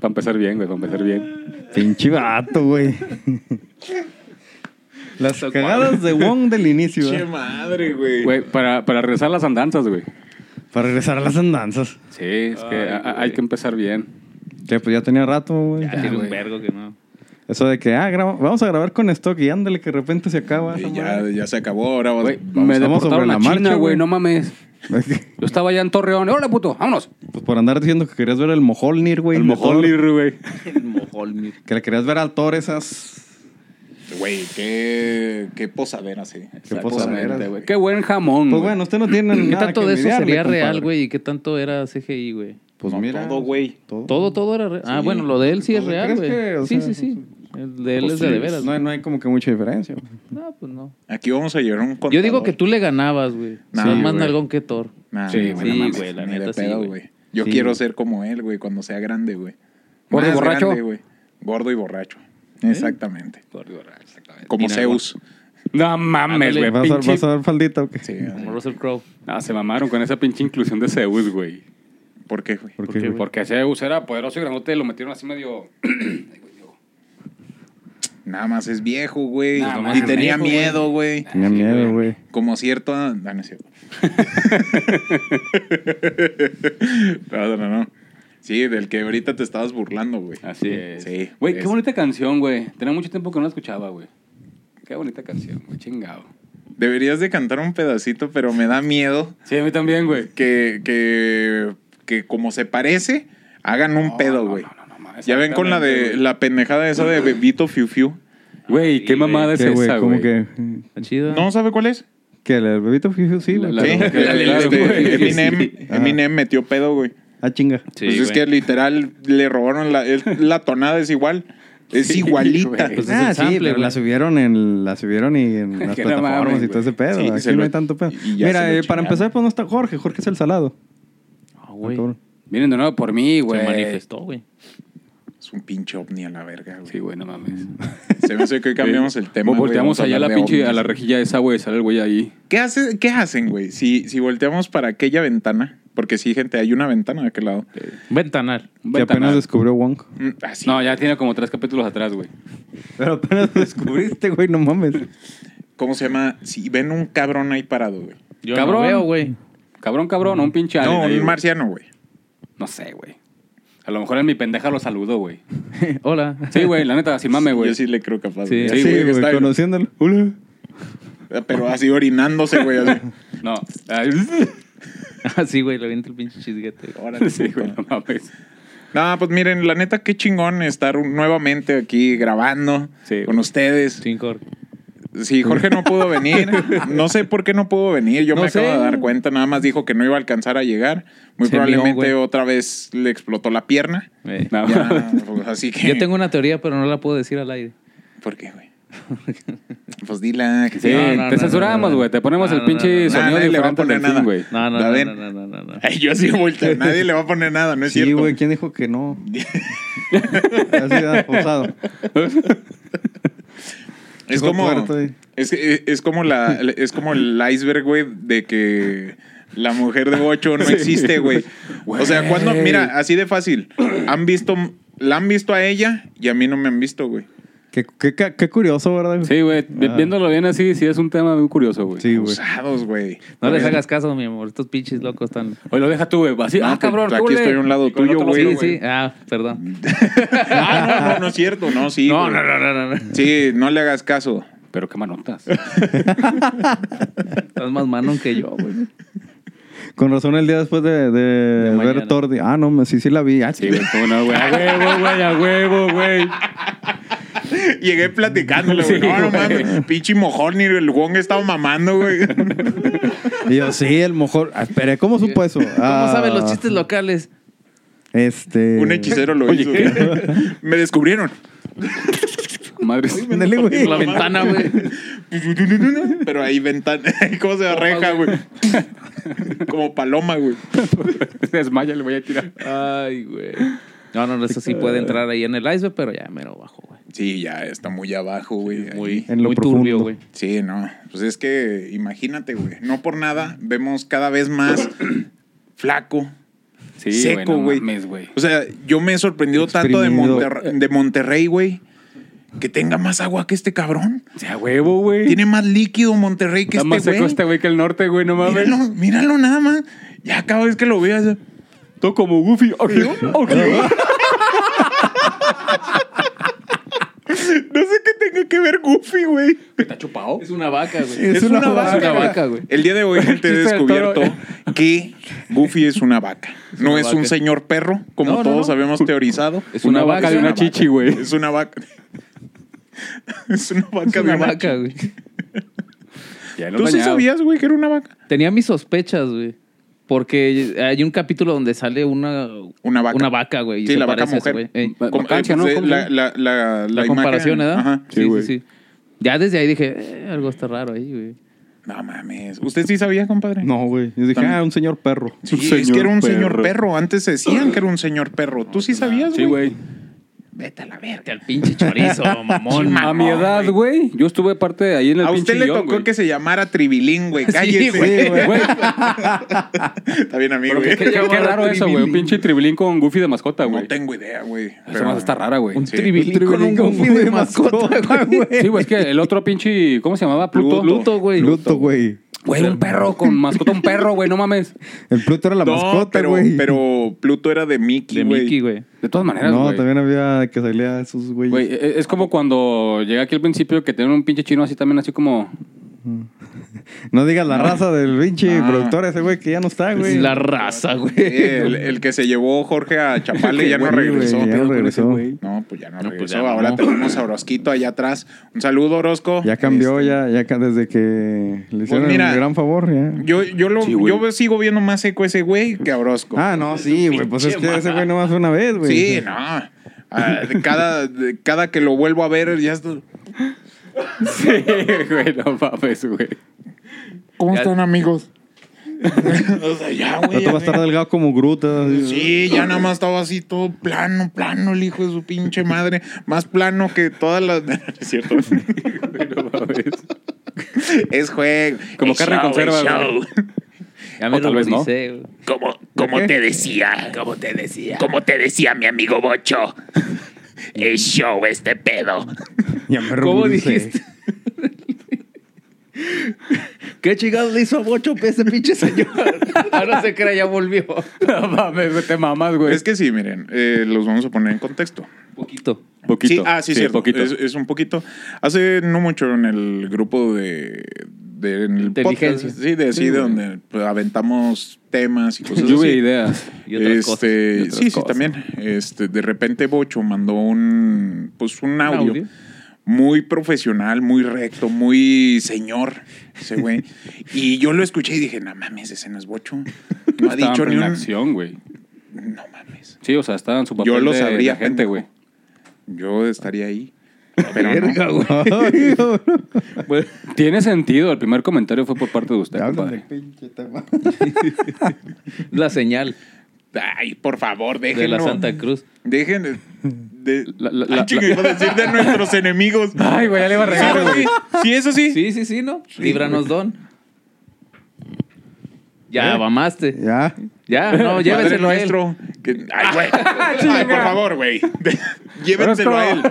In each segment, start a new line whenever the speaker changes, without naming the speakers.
Para empezar bien, güey, para empezar bien.
Pinche vato, güey. Las
Esas
cagadas de Wong del inicio,
Che
¿verdad?
madre, güey.
Güey, para, para regresar a las andanzas, güey.
Para regresar a las andanzas.
Sí, es que
Ay,
a- a-
güey.
hay que empezar bien.
Que pues ya tenía rato, güey.
Ya tiene
güey.
un vergo que no.
Eso de que, ah, graba- vamos a grabar con stock y ándale que de repente se acaba. esa
Y
madre.
ya, ya se acabó, ahora vamos-
Güey,
vamos
me
estamos sobre
deportaron
la
a
marcha,
China,
güey.
güey, no mames. Yo estaba allá en Torreón. ¡Hola, puto! ¡Vámonos!
pues por andar diciendo que querías ver el Mojolnir, güey.
El
mejor.
Mojolir, güey.
El Mojolmir.
Que le querías ver al Thor esas.
Güey, qué, qué posadera, sí.
Qué
La
posadera,
posadera,
güey.
Qué buen jamón.
Pues
güey.
bueno, usted no tiene
¿Qué
nada
tanto
que
de eso
envidiarle,
sería real,
compadre.
güey? ¿Y qué tanto era CGI, güey?
Pues
No,
mira.
todo, güey.
Todo, todo era real. Ah,
Sí.
bueno, lo de él sí es
Pues,
real,
¿crees
güey.
que, o
Sí,
sea,
sí, sí. El de él
Pues
es
sí,
de, de veras.
No,
güey.
hay- no hay como que mucha diferencia. güey.
No, pues no.
Aquí vamos a llevar un contador.
Yo digo que tú le ganabas, güey.
Nah,
Son más
güey.
nalgón que Thor.
Nah,
Sí, güey, no
no
mames,
mames,
la
ni
neta
de
sí,
pedo,
güey.
güey. Yo
Sí.
quiero ser como él, güey, cuando sea grande, güey.
¿Gordo y
Más
borracho?
grande, güey. Gordo y borracho. Exactamente. Como
Mira,
Zeus.
No mames,
Ándale.
güey.
¿Vas,
pinche-
a, vas a ver faldita o qué?
Sí,
Como Russell Crowe.
Ah, se mamaron con esa pinche inclusión de Zeus, güey.
¿Por qué, güey?
¿Por
¿Por
qué,
qué,
güey?
Porque Zeus era poderoso y grandote, lo metieron así medio.
Nada más es viejo, güey.
Nada más
y
es
tenía
viejo,
miedo, güey.
Tenía miedo, güey.
Como cierto... ah, No, no es cierto. no, no, no. Sí, del que ahorita te estabas burlando, güey.
Así es.
Sí.
Güey, qué
es-
bonita canción, güey. Tenía mucho tiempo que no la escuchaba, güey. Qué bonita canción, güey. Chingado.
Deberías de cantar un pedacito, pero me da miedo
Sí, a mí también, güey.
que, que, que como se parece, hagan un
No,
pedo,
no,
güey.
no, no, no, no,
ya ven con la de
exactamente,
la pendejada esa de Bebito Fiu Fiu.
Güey, Güey,
Sí,
qué
güey.
mamada es
¿Qué, güey?
esa,
¿Cómo
güey.
que?
Está chida.
¿No sabe cuál es?
¿Que el bebito fijo? Sí, güey.
La-
Sí,
la-
claro.
que- claro,
este,
güey.
Eminem,
Sí.
Eminem metió pedo, güey.
Ah, chinga.
Sí,
pues es
güey.
que literal le robaron la, es- la tonada, es igual. Es
Sí,
igualita.
güey. Pues
es el sample,
Ah, pero
güey.
la subieron en la subieron y en las
Que no
plataformas
mames,
y todo ese pedo.
Sí,
Aquí
se
no
lo-
hay tanto pedo.
y ya se
Mira,
lo
eh, para
chingaron.
empezar, pues no está Jorge. Jorge es el salado.
Ah, güey.
Ah, cabrón.
Vienen de nuevo por mí,
Se
güey.
manifestó, güey.
Es un pinche ovni a la verga, güey.
Sí, güey, no mames.
Se me hace que hoy cambiamos el tema.
Vol-
güey,
Volteamos
vamos
allá a
hablar
la
de
pinche,
ovnis.
a la rejilla esa, güey. Sale el güey ahí.
¿Qué, hace- qué hacen, güey? Si, si volteamos para aquella ventana, porque sí, gente, hay una ventana de aquel lado.
Ventanar.
Un
Que apenas
ventanal.
descubrió Wong.
Mm, Así.
No, ya tiene como tres capítulos atrás, güey.
Pero apenas lo descubriste, güey, no mames.
¿Cómo se llama? Si ven un cabrón ahí parado, güey.
Yo
Cabrón.
no veo, güey.
Cabrón, cabrón, o un pinche alien
No,
ahí,
un
güey.
marciano, güey.
No sé, güey. A lo mejor en mi pendeja lo saludo, güey.
Hola.
Sí, güey, la neta, sin mame, güey.
Yo sí le creo capaz.
Sí,
güey.
Sí,
Así,
güey,
que está-
conociéndolo. Hola.
Pero así orinándose, güey. Así.
No. Ay,
Ah, sí, güey, le avienta el pinche chisguete. güey.
Órale,
sí,
puto.
güey, no mames.
No, pues miren, la neta, qué chingón estar un- nuevamente aquí grabando
Sí.
con ustedes.
Sin cor.
Sí, Jorge no pudo venir. No sé por qué no pudo venir. Yo
No
me acabo
sé.
de dar cuenta. Nada más dijo que no iba a alcanzar a llegar. Muy
Se
probablemente
mió, güey.
otra vez le explotó la pierna.
Eh.
No.
Ya, pues, así que.
Yo tengo una teoría, pero no la puedo decir al aire.
¿Por qué, güey? Pues dila. que
Sí,
sea.
No, no,
te
no,
censuramos,
no, no.
güey. Te ponemos
No,
el
no,
pinche
no, no.
sonido
Nah, nadie le va a
diferente del
poner
fin,
nada.
güey.
No, no,
A
no,
ver.
no, no, no, no, no.
Ay, yo sí volteo. Nadie le va a poner nada, ¿no es
Sí,
cierto?
güey, ¿quién dijo que no? Así da posado.
Es
Chico
como,
puerto, güey.
es, es, es como la, es como el iceberg, güey, de que la mujer de Bocho no existe, güey. O sea, cuando, mira, así de fácil. Han visto, la han visto a ella y a mí no me han visto, güey.
Qué, qué, qué- qué curioso, ¿verdad? güey?
Sí, güey. vi-
Ah.
Viéndolo bien así, sí es un tema muy curioso, güey.
Sí, güey.
Usados, güey.
No les hagas caso, mi amor. Estos pinches locos están.
Oye, lo deja tú, güey. Así,
No,
ah, cabrón.
aquí
¿cómo le?
estoy a un lado
Y con
tuyo,
otro
güey.
lado,
Sí, sí. Ah,
Mm.
perdón.
Ah, no, no, no es cierto, no, sí.
No,
güey.
no, no, no, no.
Sí, no le hagas caso.
Pero qué manotas.
Estás más manon que yo, güey.
Con razón el día después de, de ver
mañana.
Thor. di- Ah, no, me- sí, sí la vi. Ah,
Sí, güey, cómo no, güey. A huevo, güey, a huevo, güey.
Llegué platicándole, güey.
Sí,
no, no
güey.
mames. Pinche mojón ni el Wong estaba mamando, güey.
Y yo, sí, el mejor. Ah, Esperé, ¿cómo supo eso? ¿Cómo
Ah.
¿Cómo saben los chistes locales?
Este.
Un hechicero lo hizo. güey. Me descubrieron.
Madre.
Ándale, güey.
Por la ventana, güey.
Pero ahí ventana, ¿cómo se arreja, güey? Como paloma, güey.
Desmaya, le voy a tirar.
Ay, güey. No, no, no, eso sí puede entrar ahí en el iceberg, pero ya me lo bajo, güey.
Sí, ya está muy abajo, güey.
Muy,
ahí.
En lo
muy
profundo.
turbio, güey.
Sí, no. Pues es que imagínate, güey. No por nada vemos cada vez más flaco,
Sí,
seco,
no
güey.
mames, güey.
O sea, yo me he sorprendido tanto de,
Exprimido.
Monterre- de Monterrey, güey, que tenga más agua que este cabrón.
O sea, huevo, güey.
Tiene más líquido Monterrey que
Está más
este
seco
güey.
este güey que el norte, güey, no mames.
Míralo, míralo nada más. Ya cada vez que lo veas.
Todo como Goofy.
No sé qué tenga que ver Goofy, güey.
¿Está chupado?
Es una vaca, güey.
Es una
Es una vaca, güey.
El día de hoy gente he
Chiste del toro.
descubierto que Goofy es una vaca. no
una
es un
vaca.
señor perro, como
No, no,
todos
no.
habíamos teorizado.
Es una, vaca de una chichi, güey.
Es una vaca. Es una vaca
Es
de
una
una
vaca, güey.
Ya
¿Tú sí
dañado.
sabías, güey, que era una vaca?
Tenía mis sospechas, güey. Porque hay un capítulo donde sale una...
Una vaca.
Una vaca, güey. y
Sí,
se
la vaca
parece a ese
mujer.
güey. Ey.
Va-
Como-
vacancia, ¿no?
eh,
¿Cómo
la,
se
la, la,
La, comparación,
imagen-
¿verdad?
Ajá.
Sí,
Sí, sí,
güey.
sí. Ya desde ahí dije, "Eh, algo está raro ahí, güey.
No mames. ¿Usted sí sabía, compadre?
No, güey. Yo dije,
También.
ah, un señor perro.
Sí,
Un
es
señor
que era un
perro.
señor perro. Antes se decían que era un señor perro. ¿Tú sí sabías, güey?
Sí, güey.
Vete a la verga, al pinche chorizo, mamón.
A mi edad, güey. Yo estuve parte de ahí en el
A
pinche
usted le
guión,
tocó
güey.
que se llamara Tribilín, güey. Cállese.
güey.
Güey,
Está bien, amigo.
pero pues
güey.
qué, qué- qué raro eso, güey. Un pinche tribilín con Goofy de mascota,
No
güey.
tengo idea, güey.
Esa más está rara, güey.
Un
Sí.
tribilín con un
con
goofy
un
de
de
mascota,
mascota,
güey.
Sí, güey, es que el otro pinche. ¿Cómo se llamaba? Pluto.
Luto, güey.
Pluto, güey.
Güey, un perro con mascota, un perro, güey, no mames.
El Pluto era la
No,
mascota,
pero,
güey.
pero Pluto era de Mickey,
De Mickey,
güey.
güey.
De todas maneras,
No,
güey.
también había que salía esos
Güey,
güeyes.
e- es como cuando llegué aquí al principio que tenían un pinche chino así también, así como.
No digas la raza del pinche
Ah.
productor ese güey que ya no está, güey.
La raza, güey.
El, el que se llevó Jorge a Chapale ya no
Güey,
regresó.
güey, ya no regresó.
No, pues ya no,
No, pues
regresó.
ya no.
Ahora tenemos a Orozquito allá atrás. Un saludo, Orozco.
Ya cambió,
Este, Pues
ya, ya ca- desde que le hicieron
mira,
el gran favor, ya.
Yo, yo, lo,
Sí, güey.
yo sigo viendo más seco ese güey que a Orozco.
Ah, no, sí, güey. Pues es que ese güey nomás fue una vez, güey.
sí, no. Ah, de cada, de cada que lo vuelvo a ver, ya es-
Sí, güey, no mames, güey.
¿Cómo
Ya-
están, amigos? o sea, ya, güey.
Rato va a estar delgado como gruta. así.
Sí, ya nada más estaba así todo plano, plano el hijo de su pinche madre. Más plano que todas las... es cierto.
Güey, No mames.
Es juego.
Como
Es
carne en
show,
conserva,
es show.
güey.
Ya me
O
lo
tal vez no.
dice, güey.
Como, como te decía, como te decía, como te decía mi amigo Bocho, es show este pedo.
Ya me
¿Cómo
ruborizé.
dijiste? ¿Qué chingados le hizo a Bocho ese pinche señor? ah, no se crea, ya volvió.
No mames, güey, te mamas, güey.
Es que sí, miren, eh, los vamos a poner en contexto.
Poquito.
Poquito.
Sí, ah, sí, cierto.
Poquito.
Es, es un poquito. Hace no mucho en el grupo de. de en el
Inteligencia.
podcast, sí, de así, de donde pues, aventamos temas y cosas
Pues Yo
así.
vi ideas.
Y otras
Este,
cosas, y
otras
sí, sí,
cosas.
también. Este, de repente Bocho mandó un, pues, un audio,
audio?
muy profesional, muy recto, muy señor, ese güey. y yo lo escuché y dije, no mames, ese no es Bocho. No ha
Estaban
dicho ni
en
un...
acción, güey.
No mames.
Sí, o sea, estaban en su papel
Yo lo
de-
sabría,
de gente,
pendejo.
güey.
Yo estaría ahí. Pero no.
Verga, güey.
Ay, cabrón.
Tiene sentido. El primer comentario fue por parte de usted,
Ya hablan
compadre.
del pinche tema.
La señal
Ay, por favor, déjenlo.
de la Santa Cruz.
Dejen de... de-
La- la-
Ay,
la-
chinga,
la-
iba a decir de nuestros enemigos.
Ay, güey, ya le iba a
Sí,
regar,
sí,
güey.
sí, eso sí.
Sí, sí, sí, ¿no? Líbranos, don. Ya, mamaste.
Ya.
Ya, no,
Padre
lléveselo a él.
nuestro. que- Ay, güey. Ay, por favor, güey. Llévenselo a él.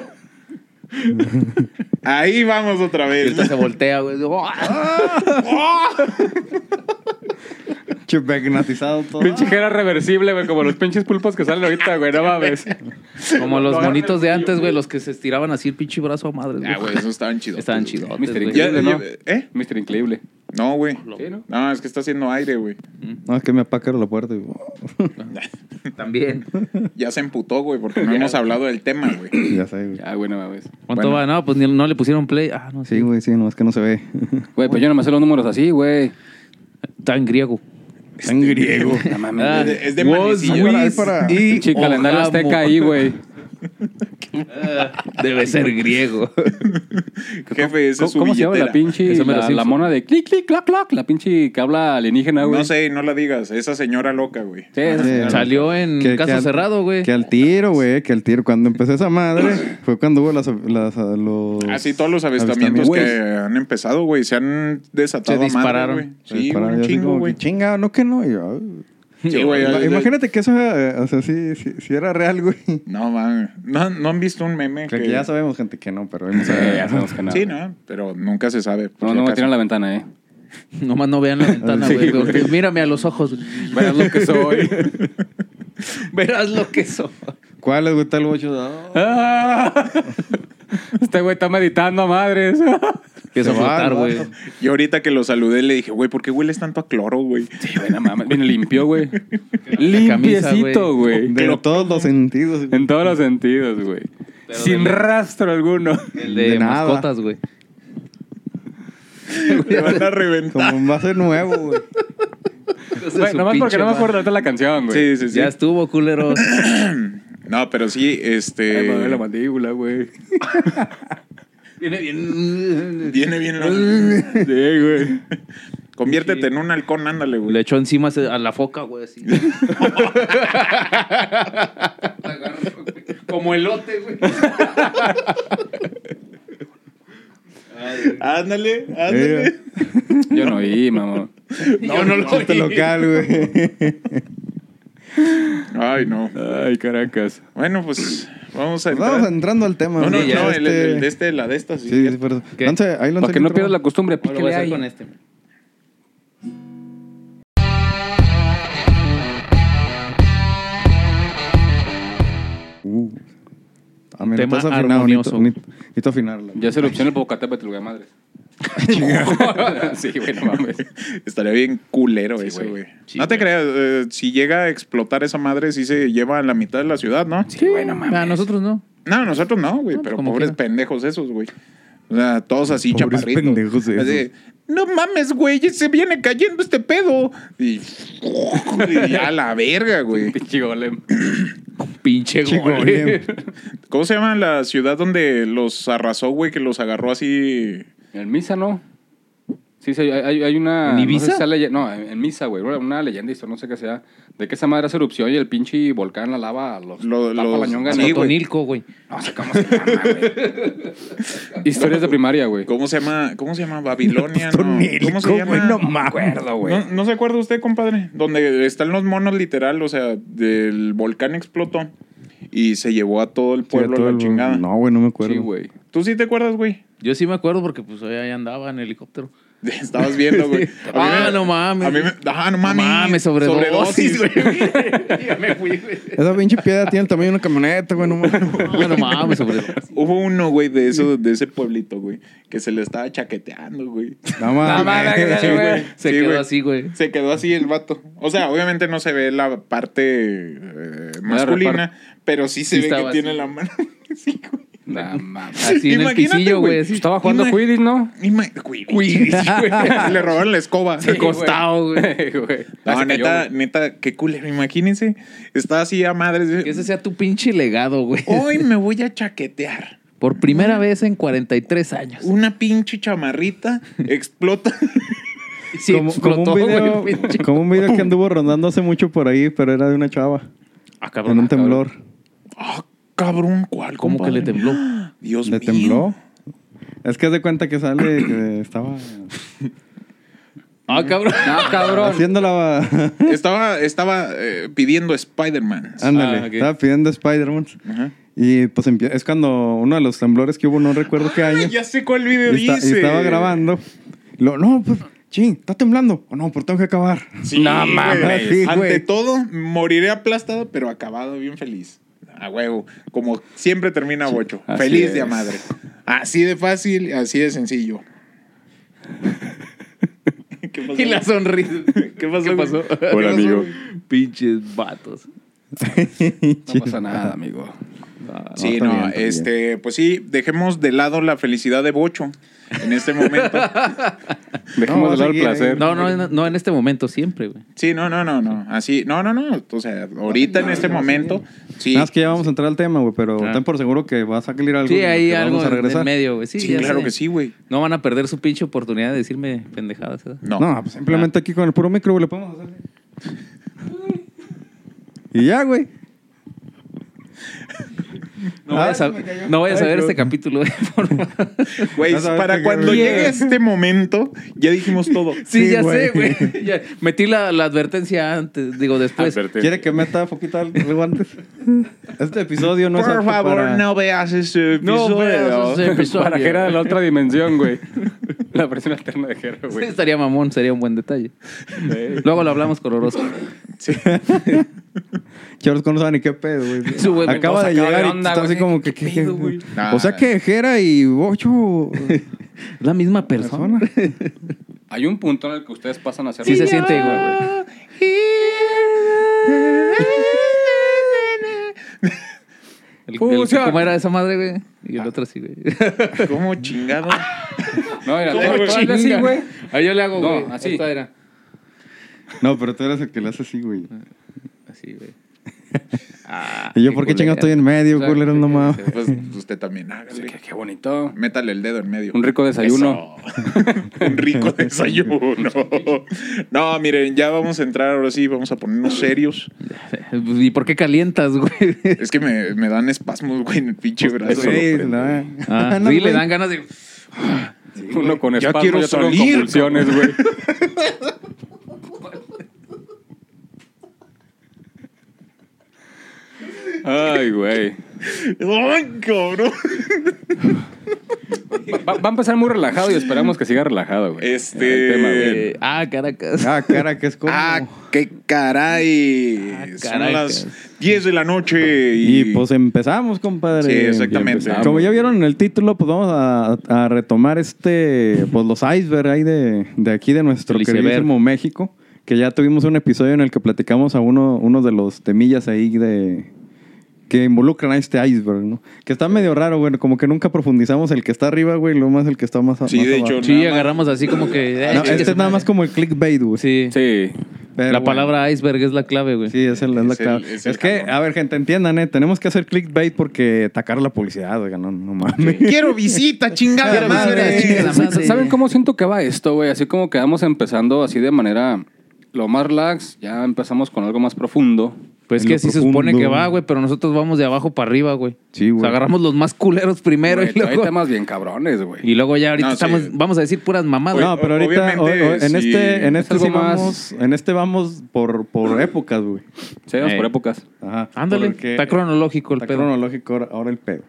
Ahí vamos otra
Y
vez.
ahorita se voltea, güey.
Chupegnatizado todo.
Pinche que era reversible, güey, como los pinches pulpos que salen ahorita, güey, no mames.
Como los monitos de antes, güey, los que se estiraban así el pinche brazo a madre.
Ah, güey, esos estaban chidos.
Estaban chidotes,
Mister
güey.
Ya,
Increíble,
ya-
¿no?
¿Eh?
Mister Increíble.
No, güey.
Sí, ¿no?
No, es que está haciendo aire, güey.
No, es que me apacaron la puerta. Y... pues,
También.
Ya se emputó, güey, porque no hemos hablado del tema, güey.
ya sé, güey.
Ya, güey, no mames.
¿Cuánto
Bueno.
va? No, pues ni- no le pusieron play. Ah, no sé.
Sí, güey, sí, nomás que no se ve.
Güey, pues yo no me sé los números así, güey.
Está en griego.
Tan griego.
No mames.
Ah,
Este, Es de- es de
was
manecillas.
with
Ahí para-
y
Pinche calendario
ojamo.
azteca ahí, güey.
Ah, Debe ser griego.
Jefe, ese
¿Cómo,
es su
cómo se llama
billetera.
la pinche,
Eso me lo
la,
Simpson.
la mona de clic, clic, clac, clac, la pinche que habla alienígena, güey?
No sé, no la digas. Esa señora loca, güey.
Sí, esa
Sí.
señora.
Salió en
Que-
caso
que al-
cerrado, güey.
Que al tiro, güey, que al tiro. Cuando empecé esa madre, fue cuando hubo las, las- los...
Así Ah, todos los avistamientos que han empezado, güey, se han desatado
Se
a madre,
dispararon.
güey.
Se
Sí,
dispararon, yo
un
así como
chingo,
que,
güey.
Chinga, no que no. Y yo, ay,
Sí, güey.
Ma-
eh,
Imagínate que eso, eh, o sea, sí, sí, sí era real, güey.
No, man. No, no han visto un meme
Creo
que...
que ya sabemos, gente, que no, pero vamos
Sí,
a-
ya sabemos que no.
Sí, ¿no? Pero nunca se sabe. por
No, no
si
me
acaso.
tiran la ventana, ¿eh?
Nomás no vean la ventana,
Sí,
güey.
güey.
Mírame a los ojos.
Verás lo que soy.
Verás lo que son.
¿Cuál les gusta el bocho? No.
Ah. Este güey está meditando a madres.
Empieza a
Se va,
flotar,
el
güey.
vato.
Y ahorita que lo saludé le dije, güey, ¿por qué hueles tanto a cloro, güey?
Sí, güey, no mames. Bien limpio, güey.
La camisa,
Limpiecito, güey.
De
Pero-
todos los sentidos. güey.
En todos los sentidos, güey. Sin rastro alguno.
El de,
De nada.
mascotas, güey.
Me van a reventar.
Como un base nuevo, güey.
Güey, nomás porque no me acuerdo de la canción, güey.
Sí, sí, sí.
Ya estuvo, culeros.
No, pero sí,
Ay, me duele eh, la
este...
mandíbula, güey.
Viene bien.
Viene bien la...
Sí, güey.
Conviértete en un halcón, ándale, güey.
Le echó encima a la foca, güey, así. Como elote, güey.
Ándale,
Eh,
ándale.
Yo no vi, mamón.
Yo no lo
Chiste local, güey.
Ay, no.
Ay, Caracas.
Bueno, pues vamos a entrar.
Vamos entrando al tema.
No, no,
güey.
Sí, ya,
no, el,
Este-
el de este, la de esta, sí.
Sí, sí, por eso.
¿Qué?
Lance, ahí lance
Para que
el
no
intro.
pierdas la costumbre, pues,
Lo voy
píquele
a hacer
ahí.
con este. güey.
Uh. Ah, mira,
Tema
estás afinado,
armonioso.
Necesito, necesito- necesito afinarla.
Ya se lo opción el Popocatépetl, güey, madre. sí, güey, no mames.
Estaría bien culero
Sí,
eso,
güey.
güey.
Sí,
no te
güey.
creas, eh, si llega a explotar esa madre, sí se lleva a la mitad de la ciudad, ¿no?
Sí, güey, no mames.
A nosotros no.
No, nosotros no, güey,
No, pues,
pero
como
pobres
quiera.
pendejos esos, güey. O sea, todos así
Pobres
chaparritos.
pendejos esos.
Así, no mames, güey, se viene cayendo este pedo. Y, y a la verga, güey.
Pinche golem.
Pinche
golem.
güey.
¿Cómo se llama la ciudad donde los arrasó, güey, que los agarró así?
En misa, ¿no? Sí, sí, hay, hay- hay una...
¿En
no sé
Ibiza?
si sea leye- No, en, en misa, güey. Una, una leyenda, esto no sé qué sea. De que esa madre hace erupción y el pinche volcán la lava, los
Lo-
tapa
los-
la ñonga.
sí,
¿no?
güey.
Tonilco, güey.
No sé cómo se llama, güey. Historias de primaria, güey.
¿Cómo se llama? ¿Cómo se llama? Babilonia, ¿no? ¿Cómo se
Tonilco,
llama?
güey, no
me acuerdo, güey.
¿No, ¿No se acuerda usted, compadre? Donde están los monos literal, o sea, del volcán explotó y se llevó a todo el
Sí, a
pueblo
todo
a la
el-
chingada.
No, güey, no me acuerdo.
Sí, güey.
¿Tú sí te acuerdas, güey?
Yo sí me acuerdo porque pues ahí andaba en helicóptero.
Estabas viendo, güey.
Sí.
A mí
Ah, no mames.
A mí me, ah, no mames.
No mames, sobredosis, güey. ya me fui, güey.
Esa pinche piedra tiene el tamaño de una camioneta, güey. No, mames.
Ah, no mames, sobre.
Hubo uno, güey, de eso, de ese pueblito, güey, que se le estaba chaqueteando, güey.
No, mames.
mames,
Sí, güey.
Se
Sí,
quedó
güey.
así, güey.
Se quedó así el vato. O sea, obviamente no se ve la parte eh, masculina, pero sí se
Sí
ve que
estaba
tiene
así.
la mano. Sí, güey.
No mames. Pues
Así en el
Imagínate,
pisillo,
güey.
güey. así.
Estaba jugando
Ima-
Quidditch, ¿no?
Y me- güey, güey, Le robaron la escoba.
De costado, güey.
güey.
No,
Ah, se cayó,
neta,
güey.
neta, qué culero. Imagínense, está así a madres.
Que ese sea tu pinche legado, güey.
Hoy me voy a chaquetear.
Por primera vez en 43 años.
Una pinche chamarrita explota.
Sí,
como, como
explotó,
un video,
güey, pinche-
como un video que anduvo rondando hace mucho por ahí, pero era de una chava.
Ah,
En
cabrón.
un
ah, cabrón.
temblor.
Ah, cabrón, ¿cuál?
¿Cómo que
compadre?
le tembló?
Dios
¿Le
Pues
mío.
tembló? Es que haz de cuenta que sale que estaba
Ah, cabrón.
No, cabrón.
haciendo la...
Ah,
Estaba, estaba eh, pidiendo Spider-Man.
Ándale,
Ah, ok.
estaba pidiendo Spider-Man.
Ajá.
Y pues empie- es cuando uno de los temblores que hubo, no recuerdo qué año.
Ah, ya sé cuál video
y, está- y
dice.
estaba grabando. Lo, no, pues, ching, está temblando. Oh, no, pues tengo que acabar.
Sí,
No
güey.
mames,
sí,
Ante
güey.
todo, moriré aplastado, pero acabado bien feliz. A huevo. Como siempre termina Bocho.
así
feliz de a
es.
madre. Así de fácil, así de sencillo. ¿Qué pasó?
Y la sonrisa. ¿Qué pasó?
pasó?
Hola,
¿Qué pasó?
amigo.
Pinches vatos.
No pasa nada, amigo.
Sí,
está
no,
bien, está
este, pues sí, dejemos de lado la felicidad de Bocho en este momento.
Dejemos
va
de
a
lado el
seguir ahí.
placer.
No, no, no, no en este momento, siempre, güey.
Sí, no, no, no, no. Así, no, no, no. O sea, ahorita en este momento, sí.
Nada más que ya vamos a entrar al tema, güey, pero
Ah.
ten por seguro que vas a salir algo.
Sí,
de lo
hay
que
algo
vamos a
en el
regresar.
medio, güey. Sí,
Sí,
ya
claro
sé.
que sí, güey.
No van a perder su pinche oportunidad de decirme pendejadas. ¿eh? ¿verdad?
No.
No, pues simplemente aquí con el puro micro güey, le podemos hacer. y ya, güey.
No vayas a, no vayas a ver este capítulo, eh, por favor.
Güey,
No sabes
para
qué
cuando
cabrón.
llegue este momento, ya dijimos todo.
Sí,
Sí,
ya
güey.
sé, güey. Ya, Metí la, la advertencia antes, digo después.
Advertencia.
¿Quiere que meta poquito al guantes? Este episodio no es
Por
apto
favor,
para-
no veas ese
No,
episodio.
veas ese episodio.
Para Jera de la otra dimensión, güey. La versión alterna de Jera,
Sí,
güey.
estaría mamón, sería un buen detalle. Luego lo hablamos con Orozco.
Choros no saben ni qué pedo, güey.
Sí, güey,
Acaba de
me acaba de
llegar y
onda,
está así
güey.
como que...
¿Qué
que-
pedo, güey?
Nah.
O sea que Jera y Bocho...
La misma persona.
Persona.
Hay un punto en el que ustedes pasan a ser...
Sí se siente igual, güey. El- el-
Fusión.
¿Cómo era esa madre, güey? Y el otro sí, güey.
¿Cómo chingado?
No, mira,
¿Cómo
todo-
Pues
todo
chinga?
así, güey.
Ahí yo le hago,
No,
güey.
así.
Esta era.
No, pero tú eres el que le hace así, güey.
Así, güey.
Y yo, ¿por qué chingado estoy en medio,
Ah, Exacto.
culero? No mames.
Pues usted también, hágale.
Qué, qué bonito.
Métale el dedo en medio.
Un rico desayuno.
Eso. Un rico desayuno. No, miren, ya vamos a entrar ahora sí, vamos a ponernos serios.
Pues, ¿Y por qué calientas, güey?
Es que me, me dan espasmos, güey, en el pinche brazo.
eso.
Sí,
lo
la-
Ah,
no, güey.
sí, le dan ganas de.
Uno con
Ya
espasmo y
quiero
otro con
salir,
convulsiones, güey. Ay, güey.
¡Ay, cabrón!
Va, va a empezar muy relajado y esperamos que siga relajado, güey.
Este-
El tema, güey.
Eh, ah, Caracas.
Ah, cara, que es como...
¡Ah, qué caray!
Ah,
Son
caray,
las
caray.
10 de la noche y...
Y pues empezamos, compadre.
Sí, exactamente.
empezamos.
Como ya vieron en el título, pues vamos a, a retomar este, pues los icebergs ahí de, de aquí de nuestro
El iceberg.
queridísimo México, que ya tuvimos un episodio en el que platicamos a uno, uno de los temillas ahí de que involucran a este iceberg, ¿no? Que está medio raro, güey, como que nunca profundizamos el que está arriba, güey, lo más el que está más a-
Sí,
más
de
abajo.
hecho,
Sí,
nada más.
agarramos así como que. eh,
No,
chingue
este
su
es nada
madre.
más como el clickbait, güey.
Sí.
Sí.
Pero
la
bueno.
palabra iceberg es la clave, güey.
Sí, esa es la, es la
Es el-
clave.
es
Es,
el
que,
cabrón.
a ver, gente, entiendan, ¿eh? Tenemos que hacer clickbait porque atacar la publicidad, oiga, no, no mames.
Quiero visita, chingada
Quiero
madre.
visita,
chingue la madre.
¿Saben cómo siento que va esto, güey? Así como que vamos empezando así de manera lo más relax, ya empezamos con algo más profundo.
Pues
En
que
lo
así se
profundo.
supone que va, güey, pero nosotros vamos de abajo para arriba, güey.
Sí, güey.
O sea, agarramos los más culeros primero
Güey,
y
Hay
luego.
temas bien cabrones, güey.
Y luego ya ahorita
No, sí.
estamos, vamos a decir puras mamadas.
no, pero
o-
ahorita,
obviamente,
o- o- en,
sí,
este, en,
es
este
algo
sí
más-
vamos, en este vamos por, por épocas, güey.
Sí, vamos
Eh.
por épocas.
Ajá.
Ándale,
Porque
está cronológico el
está
pedo.
cronológico ahora- ahora el pedo.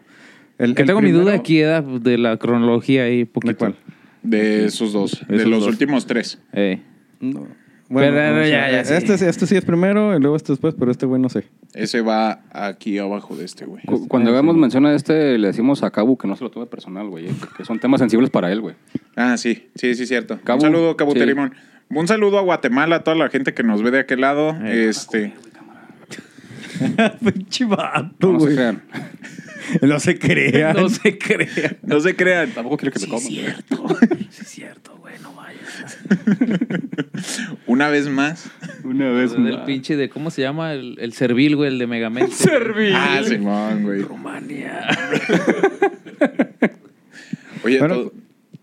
El,
Que
el
tengo mi
primero-
duda aquí era de la cronología ahí poquito.
¿De cuál?
De esos dos, de
Esos
los
dos.
últimos tres.
Eh.
No. Bueno,
Pero,
no sé.
ya, ya, sí.
este, sí- este sí es primero y luego este después, pero este güey no sé.
Ese va aquí abajo de este, güey.
Cu- Cuando hagamos mención a este, le decimos a Cabu que no se lo tome personal, güey. eh, Que son temas sensibles para él, güey.
Ah, sí, sí, sí, cierto.
Cabo.
Un saludo, Cabo
Sí.
Terimón. Un saludo a Guatemala, a toda la gente que nos ve de aquel lado.
Eh.
Este,
Pinche vato,
No se crean.
No se crean.
No se crea.
no se crean.
Tampoco quiero que me coman. güey.
cierto. Sí, cierto, güey, no vayas.
Una vez más.
Una vez
Del
más.
pinche de, ¿cómo se llama? El, el servil, güey, el de Megaman.
Servil.
Ah, Simón, güey.
Rumania.
Oye,
Bueno,
todo-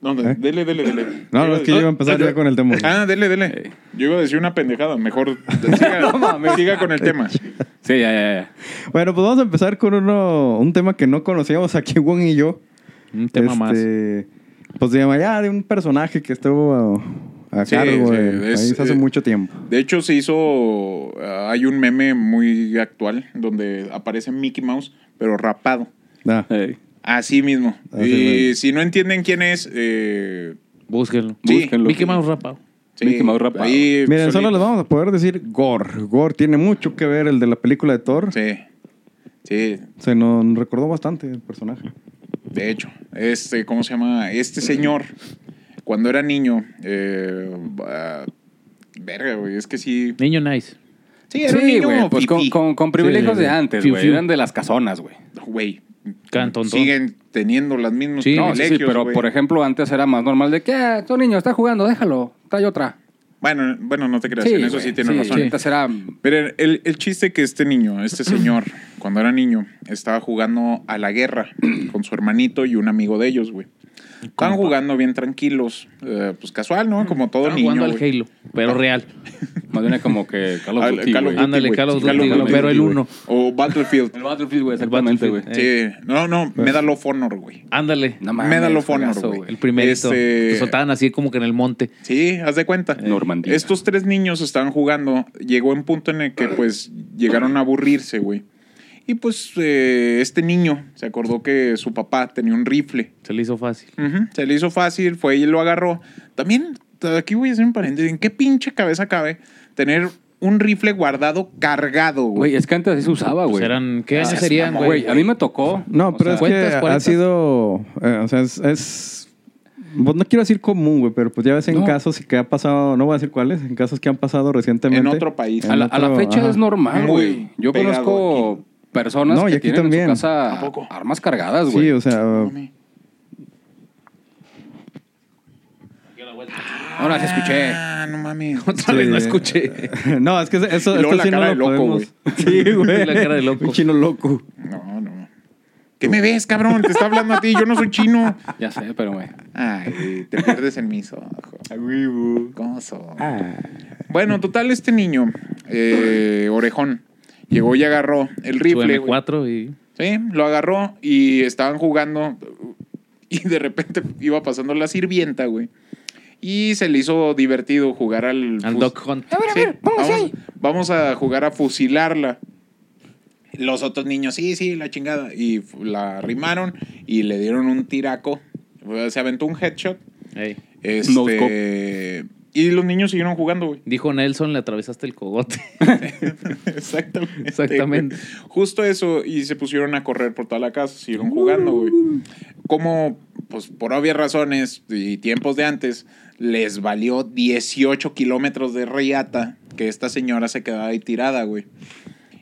no, de-
¿Eh?
dele, dele, dele.
No, no, es que yo iba a empezar ya con el tema. Eh.
Ah, dele, dele. Yo iba a decir una pendejada. Mejor siga, siga con el tema.
Sí, ya, ya, ya.
Bueno, pues vamos a empezar con uno, un tema que no conocíamos aquí, Juan y yo.
Un tema más.
Este, Pues se llama ya de un personaje que estuvo a, a
Sí,
cargo
sí,
de-
es-
ahí hace
eh,
mucho tiempo.
De hecho, se hizo. ah, hay un meme muy actual donde aparece Mickey Mouse, pero rapado.
Ah,
Ey,
Así mismo.
Así
y
mismo.
si no entienden quién es, eh,
Búsquenlo.
Sí.
búsquenlo.
Mickey Mouse rapado.
sí,
Mickey Mouse rapado.
ahí
Miren, solo
solito.
les vamos a poder decir Gore. Gore tiene mucho que ver el de la película de Thor.
Sí. Sí,
Se nos recordó bastante el personaje.
de hecho. Este, ¿cómo se llama? Este señor, cuando era niño, eh, ah, verga, güey, es que sí.
Niño nice.
Sí, era un
Sí,
niño
güey. Pues con,
pipí.
con, con privilegios
Sí,
de antes,
fiu,
güey.
fiu.
Eran de las casonas, güey.
Güey,
Cantontón.
siguen teniendo los mismos
Sí,
No, sí, sí,
privilegios,
pero
güey.
por ejemplo, antes era más normal de que, ah, tu niño está jugando, déjalo, trae otra.
Bueno, bueno, no te creas, en eso
güey,
sí tienes razón.
sí. Antes era.
Pero el, el chiste que este niño, este señor, cuando era niño, estaba jugando a la guerra con su hermanito y un amigo de ellos, güey. Están jugando bien tranquilos. eh, pues casual, ¿no? Como todo
Estaba
niño.
jugando al
güey.
Halo, pero real.
Más bien es como que Call of
Al-
Duty,
Call of
güey.
Duty.
Ándale,
güey.
Call of
Call of
Duty,
Duty,
pero el
güey.
uno.
O Battlefield.
El Battlefield, güey, exactamente, güey.
Battlefield,
Sí.
sí. No, no. Medal of Honor, güey.
Ándale,
No mames,
Medal of Honor,
juegazo,
güey.
el primerito.
Este-
Lo soltaban así como que en el monte.
Sí, haz de cuenta.
Normandía.
Estos tres niños estaban jugando. Llegó un punto en el que, pues, llegaron a aburrirse, güey. Y pues, eh, este niño se acordó que su papá tenía un rifle.
Se le hizo fácil.
Ujú, Se le hizo fácil, fue y lo agarró. También, aquí voy a hacer un paréntesis. ¿En qué pinche cabeza cabe tener un rifle guardado cargado, güey?
Güey, es que antes así se usaba,
Pues
Ah, güey.
eran, ¿qué años
seas
serían,
mamón,
güey?
Güey, a mí me tocó.
No,
o
pero
sea,
es que
50s,
ha
40s.
sido. eh, o sea, es. es- pues no quiero decir común, güey, pero pues ya ves en
No.
casos que ha pasado, no voy a decir cuáles, en casos que han pasado recientemente.
En otro país.
En
a, la, a la
otro-
fecha
ajá.
es normal,
Muy
güey. Yo
pegado
conozco personas
No, y
que
aquí
tienen en
también.
su casa
¿A poco?
armas cargadas, güey.
Sí, o sea,
Ahora sí escuché.
Ah, no mames.
Otra vez no escuché.
no, es que eso,
Y luego
esto
la
sí no
cara
lo
de loco,
podemos. Sí,
güey.
güey.
La cara de loco.
Un chino loco.
No, no. ¿Qué me ves, cabrón? Te está hablando a ti. Yo no soy chino.
Ya sé, pero, güey.
Ay, te pierdes en mis ojos. ¿Cómo son? Bueno, total, este niño, eh, orejón, llegó y agarró el
Su
rifle. güey.
M4 y...
Sí, lo agarró y estaban jugando y de repente iba pasando la sirvienta, güey. Y se le hizo divertido jugar al...
Al
fus-
Doc Hunt.
Sí, vamos, vamos a jugar a fusilarla. Los otros niños, sí, sí, la chingada. Y fu- la arrimaron y le dieron un tiraco. Fue- Se aventó un headshop.
Ey.
Este,
No
y los niños siguieron jugando, güey.
Dijo Nelson, le atravesaste el cogote.
Exactamente.
Exactamente.
güey. Justo eso, y se pusieron a correr por toda la casa, siguieron jugando, güey.
Uh.
Como, pues por obvias razones y tiempos de antes, les valió 18 kilómetros de riata que esta señora se quedaba ahí tirada, güey.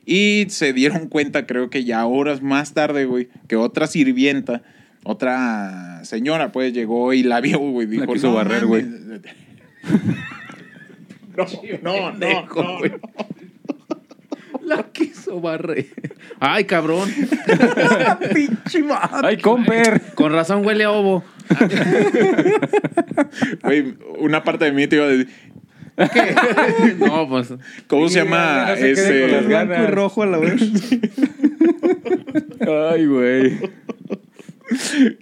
Y se dieron cuenta, creo que ya horas más tarde, güey, que otra sirvienta, otra señora, pues llegó y la vio, güey. Dijo,
quiso barrer,
mames".
güey.
No, no, no, no.
La quiso barrer. Ay, cabrón.
¡Ay, Comper!
Con razón huele a ovo.
Güey, una parte de mí te iba a decir,
No, pues.
¿cómo se llama?
ya se quede
ese-
con las ganas.
Blanco y rojo a la vez.
¡Ay, güey!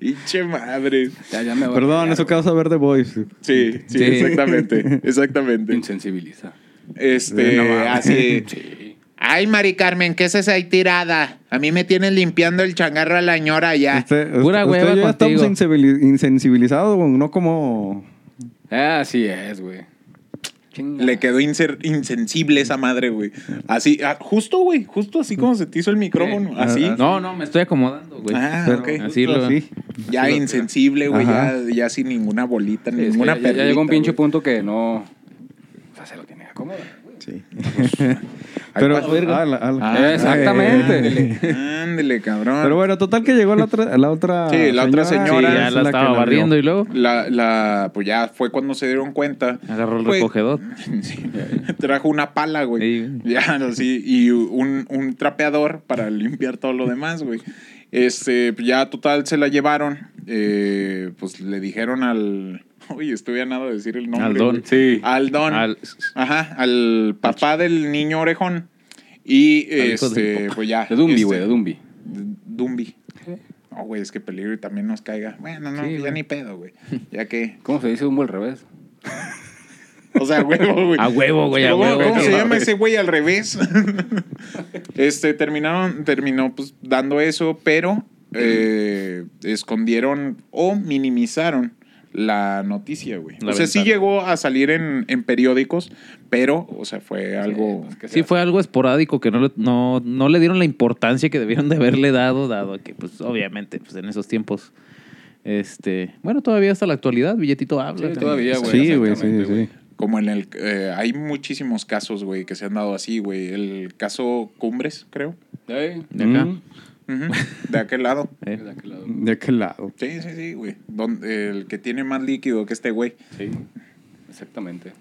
Pinche madre.
Ya, ya me voy.
Perdón, eso causa verde boys.
Sí, sí,
Sí.
exactamente. Exactamente.
Insensibiliza.
Este,
No mames.
así.
Sí.
Ay, Mari Carmen, ¿qué es esa ahí tirada? A mí me tienes limpiando el changarro a la ñora ya.
Usted, Este, usted-
Pura
usted
hueva
ya estamos
contigo.
insensibili- insensibilizados, güey, no como.
Ah,
Así es, güey. Chinga.
Le quedó inser- insensible esa madre, güey. Así, ah, justo, güey, justo así como se te hizo el micrófono.
Ah,
Así.
ah,
No, no, me estoy acomodando, güey.
Ah,
pero
ok.
Así
justo
lo-
así.
Ya insensible, güey, ya,
Ajá.
ya sin ninguna bolita,
Sí, es que
ninguna
ya, ya
perlita,
llegó un pinche
güey.
punto que no. O sea, se lo tiene cómodo.
Sí. Pero,
pasó, verga.
ala, ala.
Ah, exactamente.
Ándele, ándele, cabrón.
eh, Pero bueno, total que llegó la otra, la otra
Sí, la otra señora.
Sí, ya
Ah, es
la
que
estaba
abrió.
barriendo y luego
La, la, pues ya fue cuando se dieron cuenta.
agarró el
Güey,
recogedor.
sí, trajo una pala, güey.
Sí, güey.
Ya, así, y un, un trapeador para limpiar todo lo demás, güey. Este, pues ya total se la llevaron. eh, pues le dijeron al. Oye, estuve a nada de decir el nombre.
Al don.
güey.
Sí.
Al don.
Al-
Ajá, al papá del niño orejón. Y
Al hijo
este,
del papá.
pues ya.
De Dumbi,
este,
güey, de Dumbi.
D- Dumbi. No, güey, es que peligro y también nos caiga. Bueno, no,
Sí,
ya
güey.
ni pedo, güey. Ya que.
¿Cómo se dice Dumbo al revés?
O sea, huevo, güey.
A huevo, güey, a
¿Cómo,
huevo.
cómo
güey.
se llama ese güey al revés? este, terminaron, terminó pues dando eso, pero eh, escondieron o minimizaron la noticia, güey.
La
o sea, sí
ventana.
llegó a salir en, en periódicos, pero, o sea, fue algo...
pues, que
Sí, fue algo esporádico que no le, no, no le dieron la importancia que debieron de haberle dado, dado que, pues, obviamente, pues en esos tiempos. Este, bueno, todavía hasta la actualidad, billetito habla.
Sí,
también.
todavía, güey.
Sí, güey, sí,
exactamente,
sí.
Como en el... eh, hay muchísimos casos, güey, que se han dado así, güey. El caso Cumbres, creo.
Ey,
De acá.
Mm,
Ujú, De aquel lado.
Eh,
de aquel lado.
¿De qué lado?
Sí, sí, sí, güey. Donde- El que tiene más líquido que este güey.
Sí, exactamente.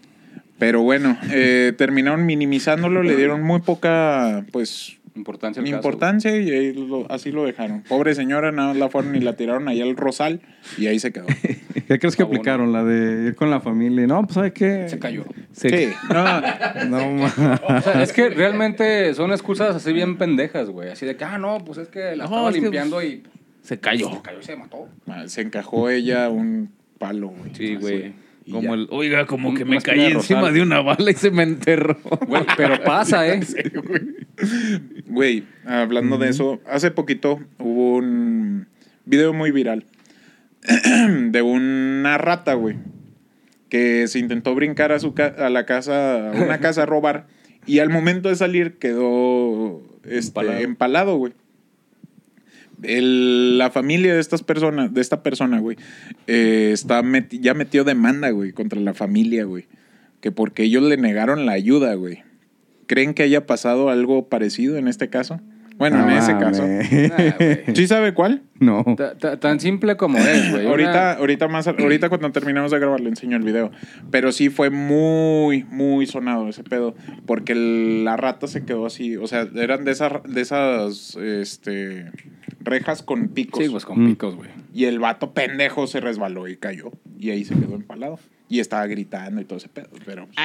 Pero bueno, eh, terminaron minimizándolo, le dieron muy poca, pues,
Importancia al
Ni
caso,
importancia y ahí lo- así lo dejaron. Pobre señora, nada más la fueron y la tiraron allá al rosal y ahí se quedó.
¿Qué crees que
Ah, bueno.
aplicaron? La de ir con la familia. No, pues ¿sabes qué?
güey. Se cayó.
Se-
Sí, no,
No, ma-
O sea, es que realmente son excusas así bien pendejas, güey. Así de que, ah, no, pues es que la
No,
estaba
es que,
limpiando y
Se cayó.
se cayó y se mató.
Ah, Se encajó ella un palo, güey.
Sí, güey.
Y ya.
Como el, oiga, como
Un-
que
una
me
espina
caí
de
encima
rosal.
de una bala y se me enterró.
Güey, pero pasa, ¿eh?
Güey, hablando de eso, hace poquito hubo un video muy viral de una rata, güey, que se intentó brincar a, su ca- a la casa, a una casa a robar y al momento de salir quedó este,
Empalado.
empalado, güey. El- la familia de estas personas, de esta persona, güey, eh, está meti- ya metió demanda, güey, contra la familia, güey. Que porque ellos le negaron la ayuda, güey. ¿Creen que haya pasado algo parecido en este caso? Bueno,
No
en ese
mames.
caso.
Nah, güey.
¿Sí sabe cuál?
No.
Ta- ta- tan simple como es, güey. Una-
Ahorita, ahorita más, ahorita cuando terminemos de grabar le enseño el video. Pero sí fue muy, muy sonado ese pedo. Porque el- la rata se quedó así. O sea, eran de esas, de esas este, rejas con picos.
Sí, pues con
Mm.
picos, güey.
Y el vato pendejo se resbaló y cayó. Y ahí se quedó empalado. Y estaba gritando y todo ese pedo. Pero pues,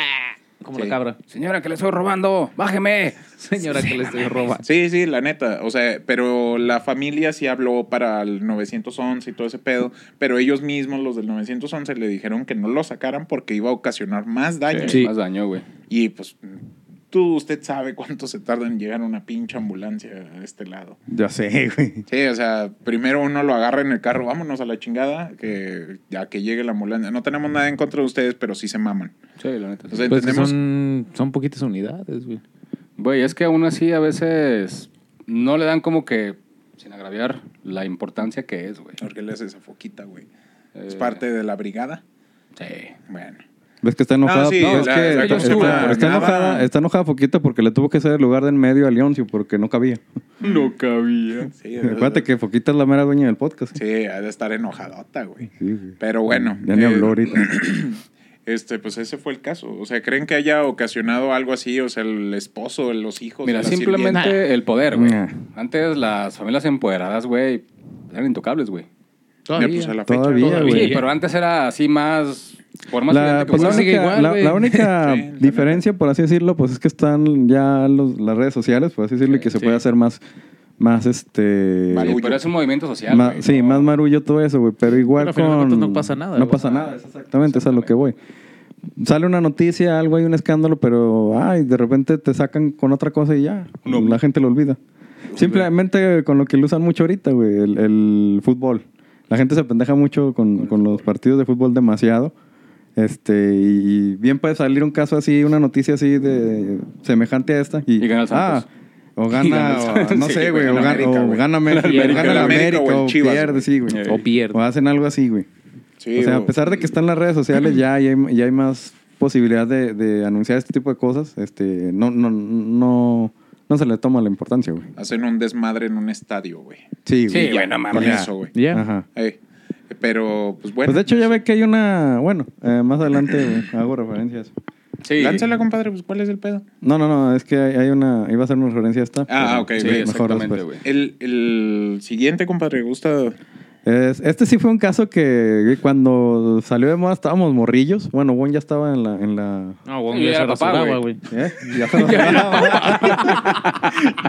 Como
Sí.
la cabra.
Señora, que le estoy robando, bájeme.
Señora que le estoy robando.
Sí, sí, la neta. O sea, pero la familia sí habló para el 911 y todo ese pedo. Pero ellos mismos, los del 911, le dijeron que no lo sacaran porque iba a ocasionar más daño.
Sí.
Más daño, güey.
Y pues tú, usted sabe cuánto se tarda en llegar una pinche ambulancia a este lado.
Ya sé, güey.
Sí, o sea, primero uno lo agarra en el carro, vámonos a la chingada, que ya que llegue la ambulancia. No tenemos nada en contra de ustedes, pero sí se maman.
Sí, la neta. sí.
O sea,
Pues que
entendemos-
son, son poquitas unidades, güey.
Güey, es que aún así a veces no le dan como que, sin agraviar, la importancia que es, güey.
Porque le hace esa foquita, güey. Es
Eh,
parte de la brigada.
Sí.
Bueno.
¿Ves que está enojada?
No, sí,
No, es
la-
que
la
está,
consumo,
está- está
nada.
enojada, está enojada poquito porque le tuvo que hacer el lugar de en medio a Leoncio porque no cabía.
No cabía.
Sí,
Acuérdate que Foquita es la mera dueña del podcast.
Sí, ha de estar enojadota, güey.
Sí, güey.
Pero bueno.
Ya ni
eh,
habló ahorita.
Este, pues ese fue el caso. O sea, ¿creen que haya ocasionado algo así? O sea, el esposo, los hijos.
Mira,
la
simplemente
sirvienta.
el poder, güey.
Nah.
Antes las familias empoderadas, güey, eran intocables, güey.
Ya, pues, a la fecha.
Todavía,
todavía.
güey.
Sí, pero antes era así más... Por más
La,
evidente que
pues la
fuera.
sigue
única,
igual,
la-
güey.
la única
Sí, la
diferencia, por así decirlo, pues es que están ya los- las redes sociales, por así decirlo, y que se
Sí.
puede hacer más, más este...
Sí,
Marullo.
pero es un movimiento social,
Ma-
güey.
sí,
No,
más marullo todo eso, güey. Pero igual
Pero al final de
con...
cuentas no pasa nada,
No
güey.
pasa nada, exactamente. Eso es a lo que voy. Sale una noticia, algo, hay un escándalo, pero ay, de repente te sacan con otra cosa y ya.
No.
La gente lo olvida. Simplemente con lo que lo usan mucho ahorita, güey, el, el fútbol. La gente se pendeja mucho con, con los partidos de fútbol demasiado. Este, y bien puede salir un caso así, una noticia así de semejante a esta. Y,
Y gana el Santos.
Ah, o
Y
gana,
gana el Santos.
o- no
Sí,
sé,
güey,
güey, o
gana
gana
América,
o
güey.
gana América,
Gana
gana el América,
América o el
o
Chivas, güey. Eh.
pierde, sí, güey.
O pierde.
O hacen algo así, güey.
Sí,
o sea, a
güey.
pesar de que están las redes sociales, ya, ya, hay, ya hay más posibilidad de, de anunciar este tipo de cosas. Este, no, no, no, no se le toma la importancia, güey.
Hacen un desmadre en un estadio, güey.
Sí,
Sí, güey.
güey, no
Con
mames.
eso, güey.
Ya.
Ajá.
Eh, pero, pues bueno.
pues de hecho ya ve que hay una, bueno, eh, más adelante güey, hago referencias.
Sí.
Lánzala, compadre, pues ¿cuál es el pedo?
No, no, no, es que hay, hay una, iba a hacer una referencia a esta.
Ah, ok,
Sí,
güey,
exactamente,
después.
güey.
El, el siguiente, compadre, gusta.
Es- este sí fue un caso que cuando salió de moda estábamos morrillos. Bueno, Bon ya estaba en la... En la
No,
Sí,
ya
era
se
papá,
rasuraba,
güey.
güey.
¿eh? Ya se nos-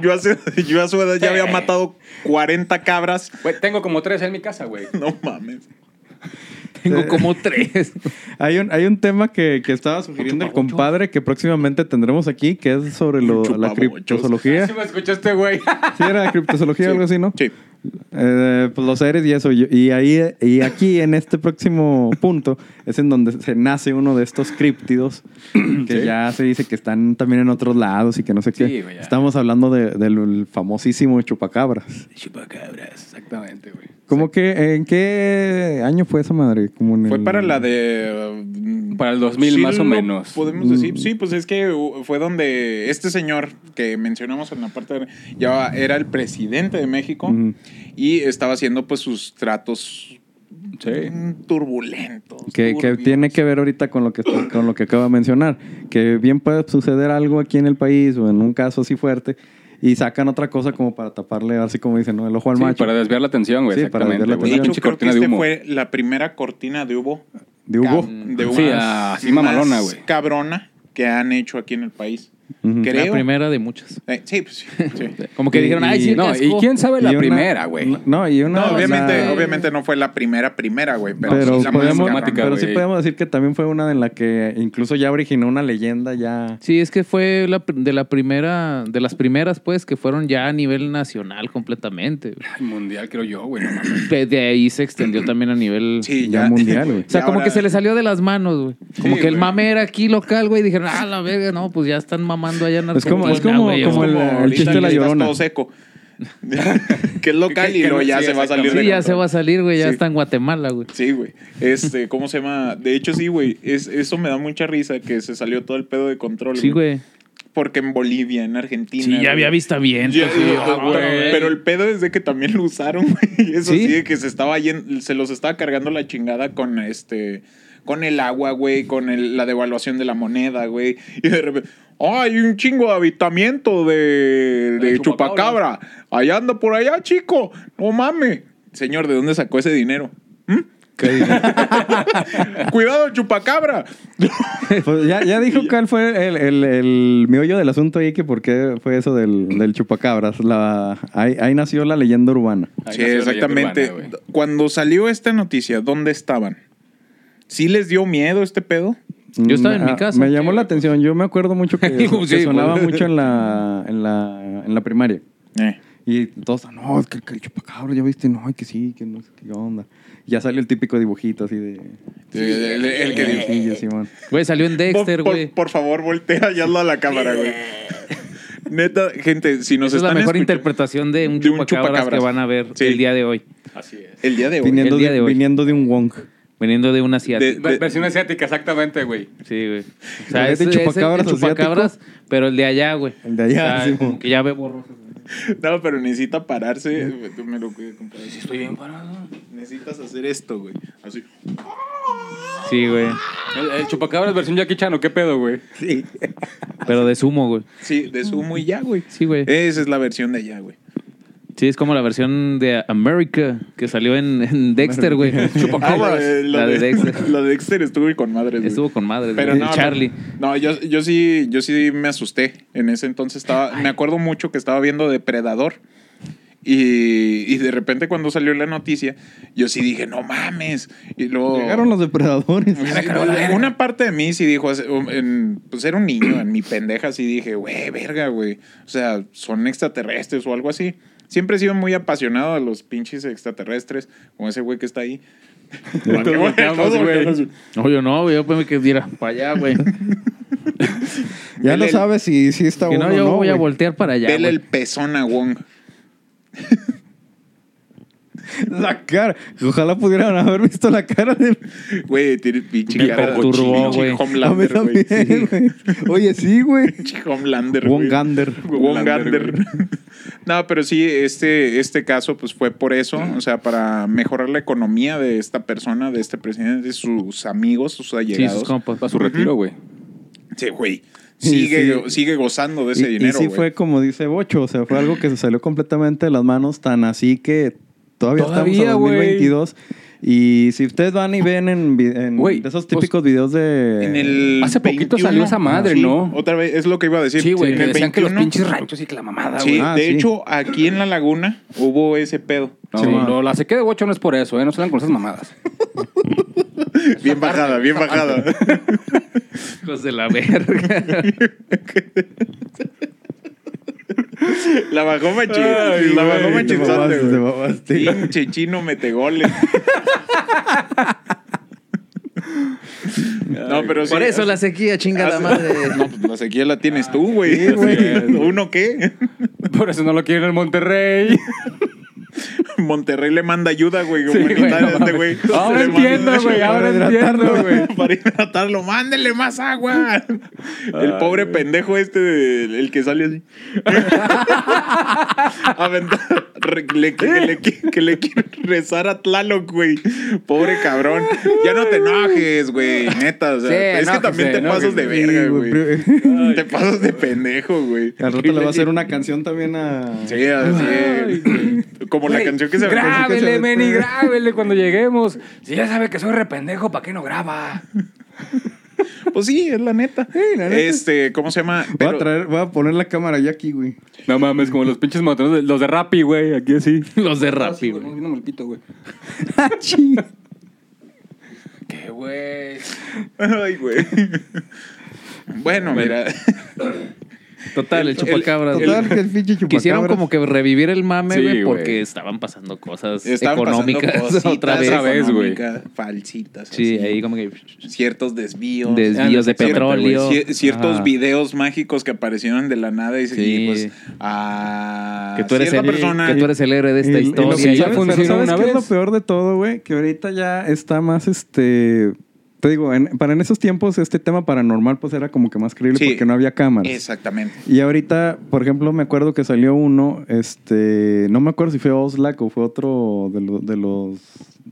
Yo, hace, yo a su edad ya había matado 40 cabras.
Güey, tengo como tres en mi casa, güey.
No mames.
Tengo como tres.
Hay un, hay un tema que, que estaba sugiriendo el compadre que próximamente tendremos aquí, que es sobre lo- la
Chupabochos.
criptozoología.
Sí me escuchaste, güey.
Sí, era criptozoología o algo así, ¿no?
Sí.
Eh, pues los seres y eso. Y, y ahí, y aquí, en este próximo punto, es en donde se nace uno de estos críptidos que ya se dice que están también en otros lados y que no sé qué.
Sí, güey, ya.
Estamos hablando de- del famosísimo chupacabras.
Chupacabras. Exactamente, güey.
¿Cómo que en qué año fue esa madre? Como en
Fue
el-
para la de... mm,
Para el 2000 más o
lo
menos. Mm.
Podemos decir, sí, pues es que uh, fue donde este señor que mencionamos en la parte de- ya era el presidente de México
Ujú.
y estaba haciendo pues sus tratos
Sí.
mm, turbulentos.
Que, que
Pues turbios.
tiene que ver ahorita con lo que, con lo que acaba de mencionar. Que bien puede suceder algo aquí en el país o en un caso así fuerte Y sacan otra cosa como para taparle, así como dicen, ¿no? El ojo al
Sí,
macho.
para desviar la atención, güey.
Sí, para
exactamente.
desviar la
güey.
De hecho,
Pinche
creo que
cortina de
este
humo.
fue la primera cortina de hubo.
De Hugo.
De
Sí,
unas
así mamalona,
más
güey.
Cabrona que han hecho aquí en el país.
Ujú.
Creo.
La primera de muchas.
Eh, sí, pues sí. sí.
Como que
Y-
dijeron, ay, sí,
No,
qué
y
asco".
quién sabe la
Y una-
primera, güey.
No, y una.
No, obviamente,
o sea,
obviamente no fue la primera primera, güey. Pero,
Pero,
sí la más
podemos,
cabrona.
dramática,
pero sí
güey.
podemos decir que también fue una en la que incluso ya originó una leyenda ya.
Sí, es que fue la, pr- de la primera, de las primeras, pues, que fueron ya a nivel nacional completamente.
Ay, mundial, creo yo, güey. No mames.
De de ahí se extendió también a nivel.
Sí,
ya
ya.
mundial, güey.
O sea,
Y
como
ahora-
que se le salió de las manos, güey. Como
Sí,
que el
güey.
mame era aquí local, güey. y Dijeron, ah, la verga, no, pues ya están mamando allá en
Es como-
Argentina,
es como-
güey,
como el-
Ahorita
el chiste de la
estás
llorona.
todo seco. que es local
Que-
y
que
luego
no-
ya
sí,
se va a salir de
Sí, ya
control.
se va a salir, güey. Ya
Sí.
está en Guatemala, güey.
Sí, güey. Este, ¿cómo se llama? De hecho, sí, güey. Es, eso me da mucha risa que se salió todo el pedo de control.
Sí, güey.
Porque en Bolivia, en Argentina.
Sí, ya había avistamientos.
Ya-
güey.
ah,
Ah, güey.
Pero el pedo es de que también lo usaron, güey. Eso
Sí.
sí, de que se estaba yen- se los estaba cargando la chingada con este. Con el agua, güey, con el- la devaluación de la moneda, güey. Y de repente, ¡ah, hay un chingo de habitamiento de, de
De chupacabra.
chupacabra. Allá anda por allá, chico. No mames. Señor, ¿de dónde sacó ese dinero? Cuidado, chupacabra.
Pues ya, ya dijo cuál fue el, el, el meollo del asunto ahí, que por qué fue eso del, del chupacabras. La, ahí, ahí nació la leyenda urbana.
Ahí nació
sí,
la leyenda
exactamente.
urbana, güey.
Cuando salió esta noticia, ¿dónde estaban? ¿Sí les dio miedo este pedo?
Yo estaba en
Mm,
mi
ah,
casa.
Me llamó la atención. Yo me acuerdo mucho que,
Sí,
que
güey.
sonaba mucho en la, en, la, en la primaria.
Eh.
Y todos, no, es que, que el chupacabra, ya viste, no, que sí, que no sé qué onda. Y ya salió el típico dibujito así de.
el, el que "Este dijo.
Sí, Simón.
Güey, salió en Dexter,
Por- Eh. por,
güey.
por favor, voltea y hazlo a la cámara, güey. Neta, gente, si nos
Esa es la
están
mejor
escuchando-
interpretación de un
de un
chupacabras,
chupacabras.
que van a ver
Sí.
el día de hoy.
Así es.
El día de hoy.
Viniendo,
el día
de,
de hoy.
viniendo de un Wong.
Viniendo de una asiática.
De-
Versión asiática, exactamente, güey.
Sí, güey. O
¿El
sea,
de
es, es el
chupacabras
el chupacabras, pero el de allá, güey.
El de allá,
O sea,
sí,
como
mo.
que ya ve borroso.
No, pero necesita pararse. Tú me lo cuidas, compadre.
Estoy bien parado.
Necesitas hacer esto, güey. Así.
Sí, güey.
El, el chupacabras versión Jackie Chan, ¿o ¿qué pedo, güey?
Sí.
Pero de sumo, güey.
Sí, de sumo y ya, güey.
Sí, güey.
Esa es la versión de allá, güey.
Sí, es como la versión de America que salió en, en Dexter, güey.
Chupacabras.
La de Dexter.
Ah, La de Dexter estuvo con madres, güey.
Estuvo con madre,
Pero
güey.
no,
Eh, Charlie.
No, no, yo, yo sí, yo sí me asusté. En ese entonces estaba, me acuerdo mucho que estaba viendo Depredador. Y, y de repente cuando salió la noticia, yo sí dije, no mames. Y luego...
Llegaron los depredadores.
Una parte de mí sí dijo, en- pues era un niño, en mi pendeja sí dije, güey, verga, güey. O sea, son extraterrestres o algo así. Siempre he sido muy apasionado de los pinches extraterrestres, como ese güey que está ahí. Todos volteamos, güey.
No, yo no, güey. Yo pues me que mira, para allá, güey.
Ya
El-
lo
el-
sabes si, si está
Que
uno
no, yo voy a
güey.
voltear para allá.
Vele
güey.
el pezón a Wong.
La cara. Ojalá pudieran haber visto la cara de.
Güey, tiene pinche
Me
cara de
perturbó,
cochino,
güey.
pinche
A mí
Homelander, güey.
también, güey. Oye, sí, güey.
Pinche Homelander, güey.
Wong Gander.
Wong
Homelander,
Gander. No, pero sí, este, este caso pues fue por eso, o sea, para mejorar la economía de esta persona, de este presidente, de sus amigos, sus
Sí,
allegados.
sus compas.
pues,
Para su retiro, güey.
Sí, güey.
Sí,
Sigue,
sí.
sigue gozando de ese
y,
dinero,
y sí
güey.
fue como dice Bocho, o sea, fue algo que se salió completamente de las manos, tan así que todavía,
Todavía,
estamos en
güey.
2022. Y si ustedes van y ven en, vi- en
Güey,
de esos típicos videos de...
En el
Hace poquito salió esa madre,
Sí,
¿no?
Otra vez, es lo que iba a decir.
Sí, güey.
En
que
el
decían que los
21,
pinches ranchos y que la mamada,
Sí,
güey.
Ah,
de
sí.
hecho, aquí en La Laguna hubo ese pedo.
No,
Sí.
no, la sequía de bocho no es por eso, ¿eh? No salgan con esas mamadas. pues,
Bien bajada, bien bajada.
Hijos de la verga.
La bajó machín. La
Güey,
bajó
te
machinzote,
mamaste,
güey.
te mamaste.
Pinche chino mete goles. no, pero sí.
Por eso la sequía, chingada madre.
No, pues la sequía la tienes tú, güey.
güey.
¿Uno qué?
Por eso no lo quieren en Monterrey.
Monterrey le manda ayuda, güey,
Sí, güey,
humanitaria
no
a este
mames.
güey.
Ahora
Le manda-
entiendo, güey, ahora
para
entiendo,
hidratarlo.
güey.
Para hidratarlo, mándenle más agua. El pobre pendejo este, el, el que sale así. Aventa- re- le- que, le, qui- que le quiere rezar a Tlaloc, güey. Pobre cabrón. Ya no te enojes, güey. Neta, o sea,
Sí,
es que
enójese,
también te pasas de
enójese.
verga,
Sí, güey,
güey.
pero-
Te pasas de pendejo, güey.
Al rato le va a hacer una canción también a.
Sí, así. Como la
Güey,
canción que se
que
Grábele,
se-
Meni, grábele cuando lleguemos. Si ya sabe que soy rependejo, ¿para qué no graba?
Pues sí, es la neta.
la neta.
Este, ¿cómo se llama?
Voy
Pero-
a traer, voy a poner la cámara ya aquí, güey.
No mames, como los pinches matones, de- los de Rappi, güey, aquí así.
Los de Rappi,
Ah, güey.
güey.
Moviéndome el pito, güey. Qué güey.
Ay, güey. Bueno, mira.
Total, el chupacabras. güey.
Total, que el pinche chupacabra.
Quisieron como que revivir el mame,
Sí,
güey,
güey.
porque estaban pasando cosas
Estaban
económicas
pasando cositas
otra vez.
a ver. vez, güey.
económicas, Falsitas.
Sí,
así.
ahí como que
Ciertos desvíos.
desvíos de
Ah, siempre,
petróleo.
Cier- ciertos
Ajá.
videos mágicos que aparecieron de la nada y, se- y,
Sí.
pues a
Que tú eres el
cierta persona
que tú eres el héroe de esta
Y- y lo
historia.
que-
Sí, ya
¿sabes?
funcionó
Pero ¿sabes
una
qué es
vez.
lo peor de todo, güey? Que ahorita ya está más, este... Te digo, en- para en esos tiempos este tema paranormal pues era como que más creíble
Sí.
porque no había cámaras.
Exactamente.
Y ahorita, por ejemplo, me acuerdo que salió uno, este... No me acuerdo si fue Oslac o fue otro de, lo- de los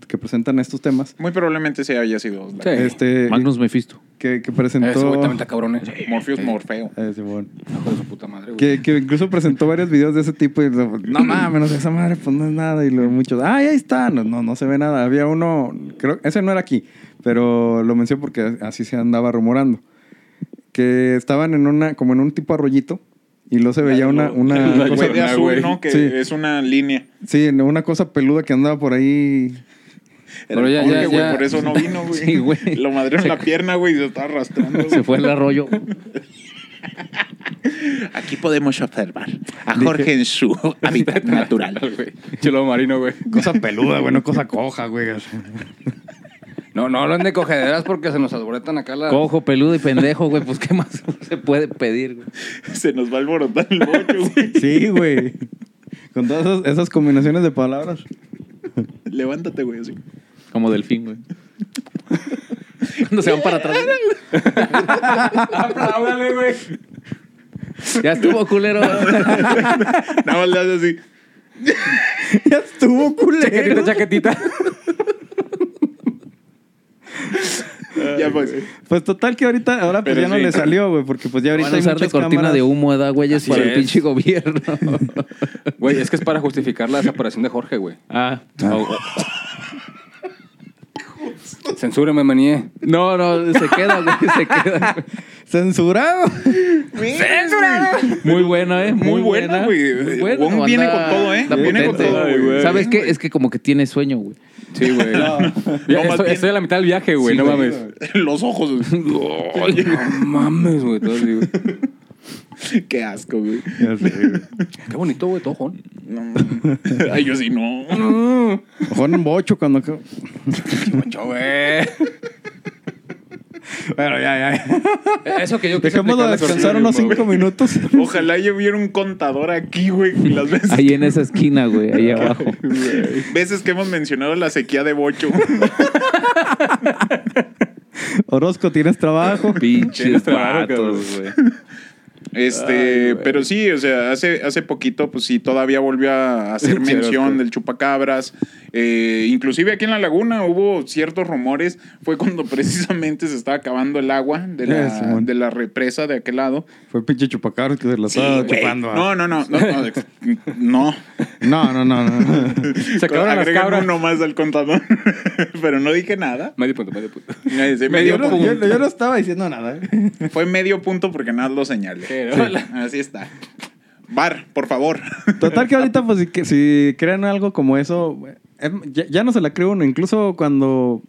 que presentan estos temas.
Muy probablemente se haya sido Oslac.
Sí.
Este...
Magnus Mephisto.
Que,
Ese
que
güey
presentó...
también está cabrón, eh.
Morpheus Morfeo.
Eh, Simón.
Hijo de su puta madre, güey.
Que, que incluso presentó varios videos de ese tipo y lo- no mames, no sé, esa madre pues no es nada y lo muchos, ay, ahí está, no, no, no se ve nada. Había uno, creo, ese no era aquí, pero lo mencioné porque así se andaba rumorando. Que estaban en una, como en un tipo arroyito y luego se veía una, una
El
cosa,
güey de azul,
güey.
¿no? Que
Sí.
es una línea.
sí, una cosa peluda que andaba por ahí.
Pero ya,
Pobre,
ya,
güey,
ya.
Por eso no vino, güey.
Sí, güey.
Lo madreó en la pierna, güey, y se está arrastrando. güey.
Se fue el arroyo.
Aquí podemos observar a Jorge en su hábitat natural.
Güey. Chelo marino, güey.
Cosa peluda, güey, no cosa coja, güey.
No, no hablan de cogederas porque se nos alboretan acá las.
Cojo, peludo y pendejo, güey. Pues, ¿qué más se puede pedir, güey?
Se nos va a alborotar el bocho, güey.
Sí, güey. Con todas esas, esas combinaciones de palabras.
Levántate, güey, así.
Como delfín, güey. Cuando se van para atrás.
Apláudale, güey.
Ya estuvo, culero.
Nada más le haces así.
ya estuvo
Chaquetita,
culero.
chaquetita.
ya, pues.
Pues total que ahorita, ahora pues
Pero
ya no
sí.
le salió, güey, porque pues ya ahorita
Van a
hay
usar de
muchas
cortina
cámaras.
de humo, edad, güeyes,
Así
para el
es.
pinche gobierno.
Güey, es que es para justificar la desaparición de Jorge, güey.
ah.
Censúreme, manié.
No, no, se queda, güey. Se queda.
Censurado.
Muy buena, ¿eh? Muy,
Muy buena, güey.
Muy
Wong
anda-
viene con todo, ¿eh?
anda
Viene con
potente.
todo, Ay, güey.
¿Sabes qué? Es que como que tiene sueño, güey.
Sí, güey.
No,
Ya,
más
estoy,
bien-
estoy a la mitad del viaje, güey. no mames.
Los ojos.
Ay, no mames, güey. todo así, güey.
Qué asco, güey.
Qué bonito, güey, tojón.
No. Ay, yo sí no.
Ojo en un bocho cuando.
Mucho, güey.
Bueno, ya, ya.
Eso que yo quise
Dejémoslo
explicar la
descansar
cortina,
unos
güey.
cinco minutos.
Ojalá yo viera un contador aquí, güey. Las veces,
Ahí en esa esquina, güey. Ahí abajo.
veces que hemos mencionado la sequía de bocho.
Orozco, tienes trabajo.
Pinches
Claro, cabrón.
vatos, güey.
Este, pero sí, o sea, hace, hace poquito, pues sí, todavía volvió a hacer
Cierto.
mención del chupacabras. Eh, inclusive aquí en la laguna hubo ciertos rumores. Fue cuando precisamente se estaba acabando el agua de
Eh,
la,
Ah, Simón.
de la represa de aquel lado.
Fue pinche chupacabras que se la estaba
Güey,
chupando. a-
ah.
No, no, no, no, no, ex- no.
No, no, no, no.
Se acabaron las
Agregan
cabras.
uno más al contador. pero no dije nada.
Medio punto, medio punto.
Ese
yo,
medio
no
punto.
yo- yo no estaba diciendo nada. ¿eh?
Fue medio punto porque nada lo señalé.
Pero-
Así está. Bar, por favor.
Total que ahorita, pues, si, que- si crean algo como eso, eh, ya, ya no se la cree uno. Incluso cuando,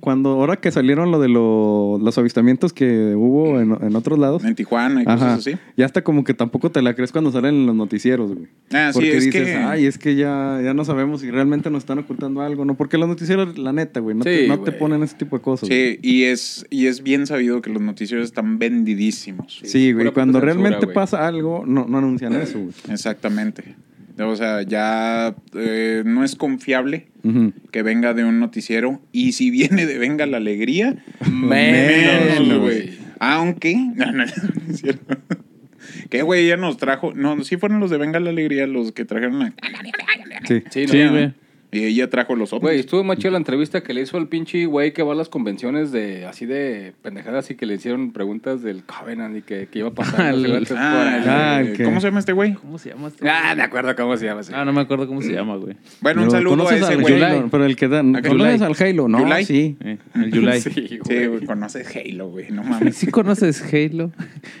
cuando ahora que salieron lo de lo- los avistamientos que hubo en, en otros lados.
En Tijuana y
Ajá.
cosas así.
Ya hasta como que tampoco te la crees cuando salen en los noticieros, güey.
Ah, sí,
porque
es
dices,
que-
ay, es que ya, ya no sabemos si realmente nos están ocultando algo, ¿no? Porque los noticieros, la neta, güey, no, te,
Sí,
no
güey.
te ponen ese tipo de cosas. güey.
Sí, y es, y es bien sabido que los noticieros están vendidísimos.
Sí, güey.
Pura puta
Cuando
censura,
realmente
güey.
pasa algo, no, no anuncian eso, güey.
Exactamente. O sea, ya eh, no es confiable
Ujú.
que venga de un noticiero. Y si viene de Venga la Alegría,
Menos, güey.
menos, güey. Aunque, no, no, no es cierto. Que, güey, ya nos trajo. No, sí fueron los de Venga la Alegría los que trajeron la.
Sí.
Sí,
Sí,
no,
güey.
Y ella trajo los otros.
Güey, estuvo más chida la entrevista que le hizo el pinche güey que va a las convenciones de así de pendejadas y que le hicieron preguntas del Covenant y que, que iba a
Ah,
pasar. no sé,
el-
la temporada.
Ah, el-
Ah, ok.
¿Cómo se llama este güey?
¿Cómo se llama este?
Ah, me acuerdo cómo se llama. sí.
Ah, no me acuerdo cómo se llama, güey.
Bueno, un
Pero,
saludo a
¿conoces
ese
al
güey.
Halo? Pero el que da.
¿A
¿No
qué?
conoces al Halo? No,
¿Yulai?
sí.
Eh, el July. sí.
Sí,
Sí,
güey.
güey, conoces Halo, güey, no mames.
conoces Halo?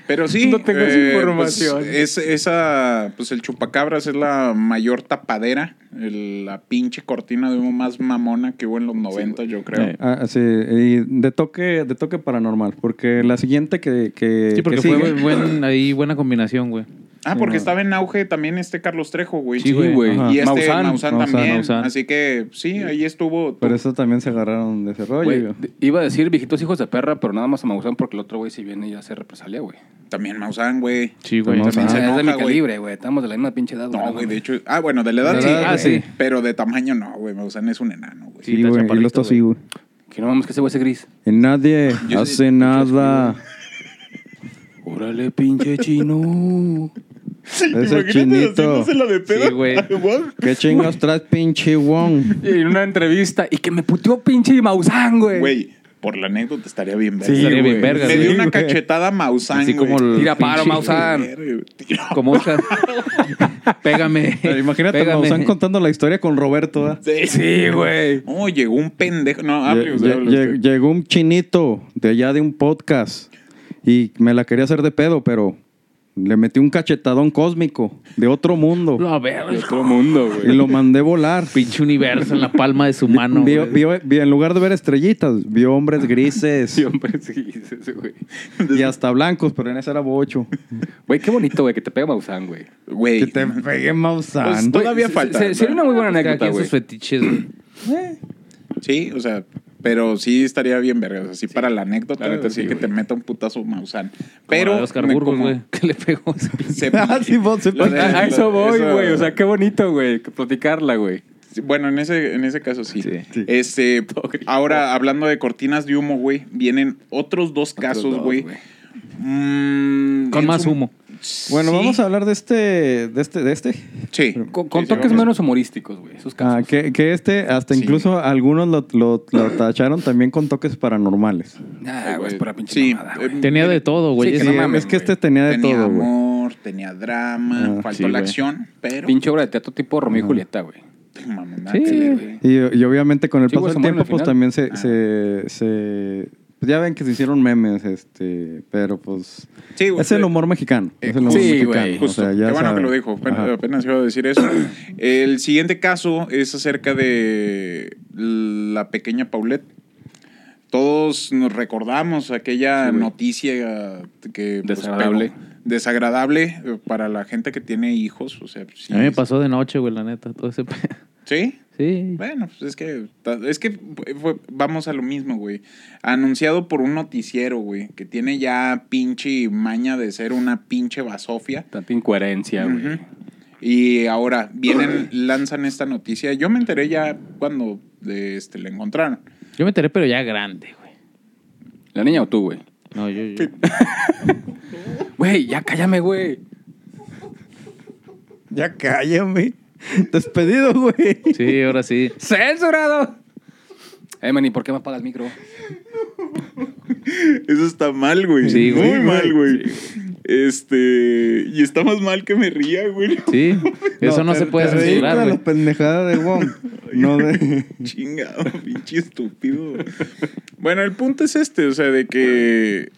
Pero sí. eh,
No tengo esa información.
pues, es, esa, pues el chupacabras es la mayor tapadera, el- la pinche cortina de humo más mamona que hubo en los 90, yo creo.
Eh.
Ah, sí. Y de toque, de toque paranormal. Porque la siguiente que. que
Sí, porque
que sigue-
fue buen, ahí buena combinación, güey.
Ah,
Sí,
porque
no.
estaba en auge también este Carlos Trejo, güey.
Sí, güey.
Ajá.
Y este Maussan,
Maussan.
Maussan,
también.
Maussan.
Así que sí, ahí estuvo.
Pero eso también se agarraron de ese rollo.
Güey,
yo.
d- iba a decir viejitos hijos de perra, pero nada más a Maussan porque el otro güey si viene ya se represalia, güey.
También Maussan, güey.
Sí, Ah. güey.
Maussan.
O
Se
sea, es de
enoja,
mi
güey.
calibre, güey. Estamos de la misma pinche edad,
No, güey, de
mames.
hecho. Ah, bueno, de la edad
De la
sí.
edad,
Ah,
güey.
sí. Pero de tamaño no, güey. Maussan es un enano, güey.
sí,
Sí,
está
güey. Y
chaparrito,
los tosí, güey.
Que no mames que ese güey es gris.
Y nadie
Yo
hace
sí-
nada.
Órale, pinche chino.
Ese chinito.
de
pedo. Sí, güey.
¿Qué chingas traes, pinche Wong?
Y en una entrevista, y que me puteó pinche Maussan, güey.
Güey, por la anécdota estaría bien verga.
Estaría
güey.
bien verga,
Le
güey.
dio una
güey.
cachetada a Maussan,
Así como
güey.
el
Tira paro,
pinche-
Maussan.
Tira-
Como Oscar. Pégame.
Pero imagínate,
Pégame.
nos están contando la historia con Roberto. ¿ah?
Sí, güey.
No, llegó un pendejo. No, hable
Lle-
usted,
lle-
hable
lle-
usted.
Llegó un chinito de allá de un podcast y me la quería hacer de pedo, pero le metí un cachetadón cósmico de otro mundo
No, a ver,
Otro mundo, güey.
y lo mandé volar.
pinche universo en la palma de su mano.
Vio-
güey.
vio- vio- en lugar de ver estrellitas, vio hombres grises
Siempre pues, sí, sí, sí, güey.
y hasta blancos, pero en ese era bocho.
Güey, qué bonito, güey, que te pega Maussan, güey.
Que
Güey.
te pegué
Pues,
Maussan.
to- Todavía
se-
falta,
se-
¿no?
Sería una muy buena
Pues Cada
anécdota,
quien
güey.
sus fetiches, güey.
Sí, o sea, pero sí estaría bien verga. O sea, sí, para la anécdota,
La neta
así
sí,
que
güey.
te meta un putazo Maussan.
Como la de
Pero.
Oscar
me
Burgos,
como-
güey. Que le pegó ese pinche-
se-
Ah, sí, vos, sí,
Lo de-
A, a eso voy,
eso-
güey. O sea, qué bonito, güey, que platicarla, güey.
Sí, Bueno, en ese, en ese caso sí.
Sí.
Este,
gris.
ahora, hablando de cortinas de humo, güey, vienen otros dos casos,
dos,
güey.
güey.
Mm,
Con
en
más
su-
humo.
Bueno,
pues, Sí.
vamos a hablar de este, de este, de este.
Sí.
Con,
Sí,
con
sí,
toques
vamos.
menos humorísticos, güey. Esos casos.
Ah, que, que este, hasta
Sí.
incluso algunos lo, lo- lo tacharon también con toques paranormales.
Nah, güey, es pura pinche
Sí,
mamada, güey.
eh,
Tenía de todo, güey.
Sí,
ese-
que no
Sí,
mames,
es que
güey.
este tenía de
tenía
todo, güey.
amor, tenía drama,
Ah,
faltó
sí,
la
güey.
acción, pero.
Pinche obra de teatro tipo Romeo y
Ajá.
Julieta, güey.
Ay, mamá, nada
Sí.
que ver, güey.
Y, y obviamente con el
Sí,
paso
güey,
del
se mueren
tiempo,
al
pues
final.
también se,
Ah.
se, se- pues, ya ven que se hicieron memes, este, pero pues
Sí, güey.
es el humor mexicano.
Eh,
es el humor
sí,
mexicano.
güey,
o
Justo.
sea, ya
Qué bueno
saben.
que lo dijo. Apenas,
Ajá.
apenas iba a decir eso. El siguiente caso es acerca de la pequeña Paulette. Todos nos recordamos aquella
Sí, güey.
noticia que pues,
Desagradable.
pegó. desagradable eh, para la gente que tiene hijos. O sea, pues, sí,
A mí me
es-
pasó de noche, güey, la neta. Todo ese pe-
Sí.
Sí.
Bueno, pues es que ta- es que fue- vamos a lo mismo, güey. Anunciado por un noticiero, güey, que tiene ya pinche maña de ser una pinche basofia.
Tanta incoherencia, güey.
Ujú. Y ahora vienen, lanzan esta noticia. Yo me enteré ya cuando eh, este, la encontraron.
Yo me enteré, pero ya grande, güey.
¿La niña o tú, güey?
No, yo. yo-
Güey, ya cállame, güey.
Ya cállame. Despedido, güey.
Sí, ahora sí.
¡Censurado! Eh, man, ¿y por qué me apagas el micro?
Eso está mal, güey.
Sí, güey.
Muy mal, güey. Este. Y está más mal que me ría, güey.
Sí. Eso no, se
te-
puede
te reí
censurar,
con
güey.
la pendejada de Wong. No de...
Chingado, pinche estúpido. Bueno, el punto es este, o sea, de que